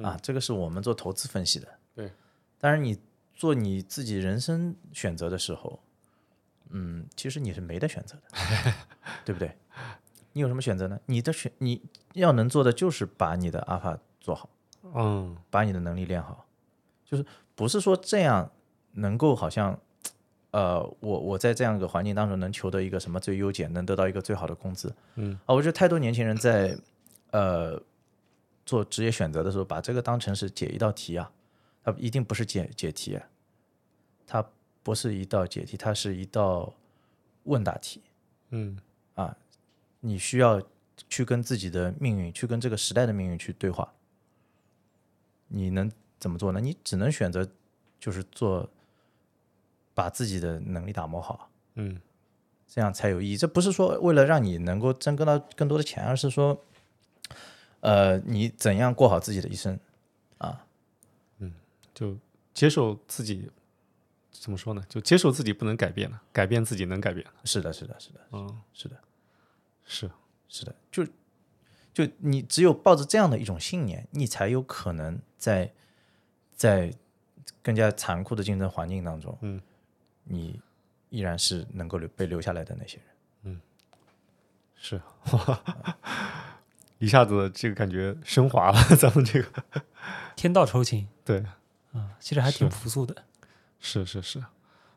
啊，这个是我们做投资分析的。
对，
当然你做你自己人生选择的时候，嗯，其实你是没得选择的， [laughs] 对不对？你有什么选择呢？你的选你要能做的就是把你的阿尔法做好，
嗯
把你的能力练好，就是不是说这样能够好像。呃，我我在这样一个环境当中能求得一个什么最优解，能得到一个最好的工资，
嗯
啊，我觉得太多年轻人在呃做职业选择的时候，把这个当成是解一道题啊，它一定不是解解题、啊它不是一道解题，它是一道问答题。啊
嗯
你需要去跟自己的命运，去跟这个时代的命运去对话。你能怎么做呢？你只能选择就是做，把自己的能力打磨好。
嗯
这样才有意义。这不是说为了让你能够挣更到更多的钱，而是说，呃，你怎样过好自己的一生啊？
就接受自己怎么说呢？就接受自己不能改变的，改变自己能改变的。
是的，是的，是的，
嗯，
是的，
是，
是的，就就你只有抱着这样的一种信念，你才有可能在在更加残酷的竞争环境当中，
嗯，
你依然是能够留被留下来的那些人。
是， [laughs] 一下子这个感觉升华了， [laughs] 咱们这个
天道酬勤
对，
啊，其实还挺
是
朴素的。
是是是，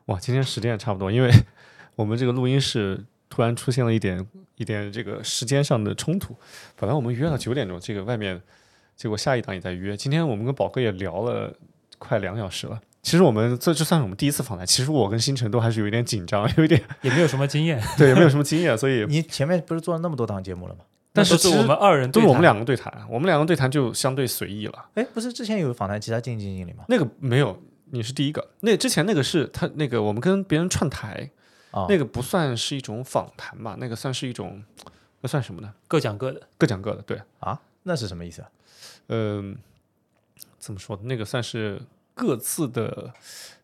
哇，今天时间也差不多，因为 [laughs] 我们这个录音室突然出现了一点一点这个时间上的冲突。本来我们约到九点钟，这个外面，结果下一档也在约。今天我们跟宝哥也聊了快两个小时了。其实我们这这算是我们第一次访谈，其实我跟星辰都还是有一点紧张，有一点 [laughs]
也没有什么经验，
对，也没有什么经验，所以
你前面不是做了那么多档节目了吗？
但
那
是
都
其
是
实
我们二人
都
对
是我们
谈
两个对谈，我们两个对谈就相对随意了。
哎，不是之前有访谈其他竞技经理吗？
那个没有，你是第一个。那之前那个是他那个我们跟别人串台，
啊、
那个不算是一种访谈吧，那个算是一种，那算什么呢？
各讲各的，
各讲各的，对，
啊，那是什么意思啊？
嗯、怎么说呢？那个算是各自的，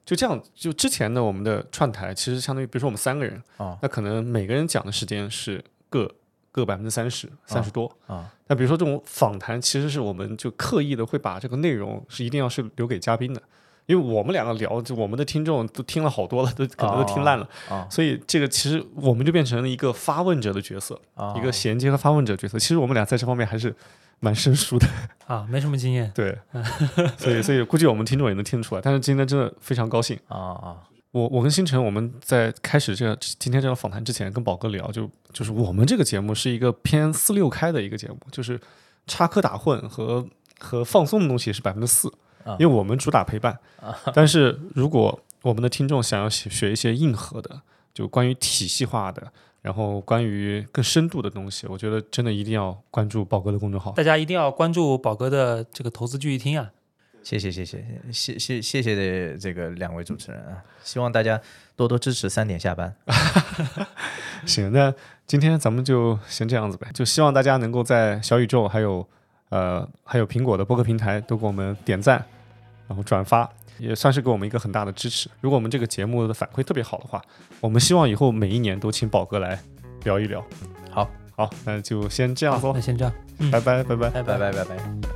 就这样。就之前的我们的串台，其实相当于，比如说我们三个人，
啊
那可能每个人讲的时间是各各百分之三十，三十多。
啊
那比如说这种访谈，其实是我们就刻意的会把这个内容是一定要是留给嘉宾的，因为我们两个聊，就我们的听众都听了好多了，都可能都听烂了，
啊
所以这个其实我们就变成了一个发问者的角色，
啊！
一个衔接和发问者角色。其实我们俩在这方面还是蛮生疏的，
啊，没什么经验。
对， [laughs] 所以所以估计我们听众也能听得出来。但是今天真的非常高兴，
啊啊
我我跟星辰，我们在开始这个今天这个访谈之前，跟宝哥聊，就就是我们这个节目是一个偏四六开的一个节目，就是插科打诨和和放松的东西是百分之四
啊，
因为我们主打陪伴。但是如果我们的听众想要学学一些硬核的，就关于体系化的，然后关于更深度的东西，我觉得真的一定要关注宝哥的公众号。
大家一定要关注宝哥的这个投资聚义厅啊，
谢谢谢谢谢谢谢谢的这个两位主持人啊，希望大家多多支持三点下班。
行，那今天咱们就先这样子呗，就希望大家能够在小宇宙还有呃还有苹果的播客平台都给我们点赞，然后转发，也算是给我们一个很大的支持。如果我们这个节目的反馈特别好的话，我们希望以后每一年都请宝哥来聊一聊。
好，
好，那就先这样子
好
咯
那，先这样，嗯
拜拜拜拜。
拜拜拜拜。拜拜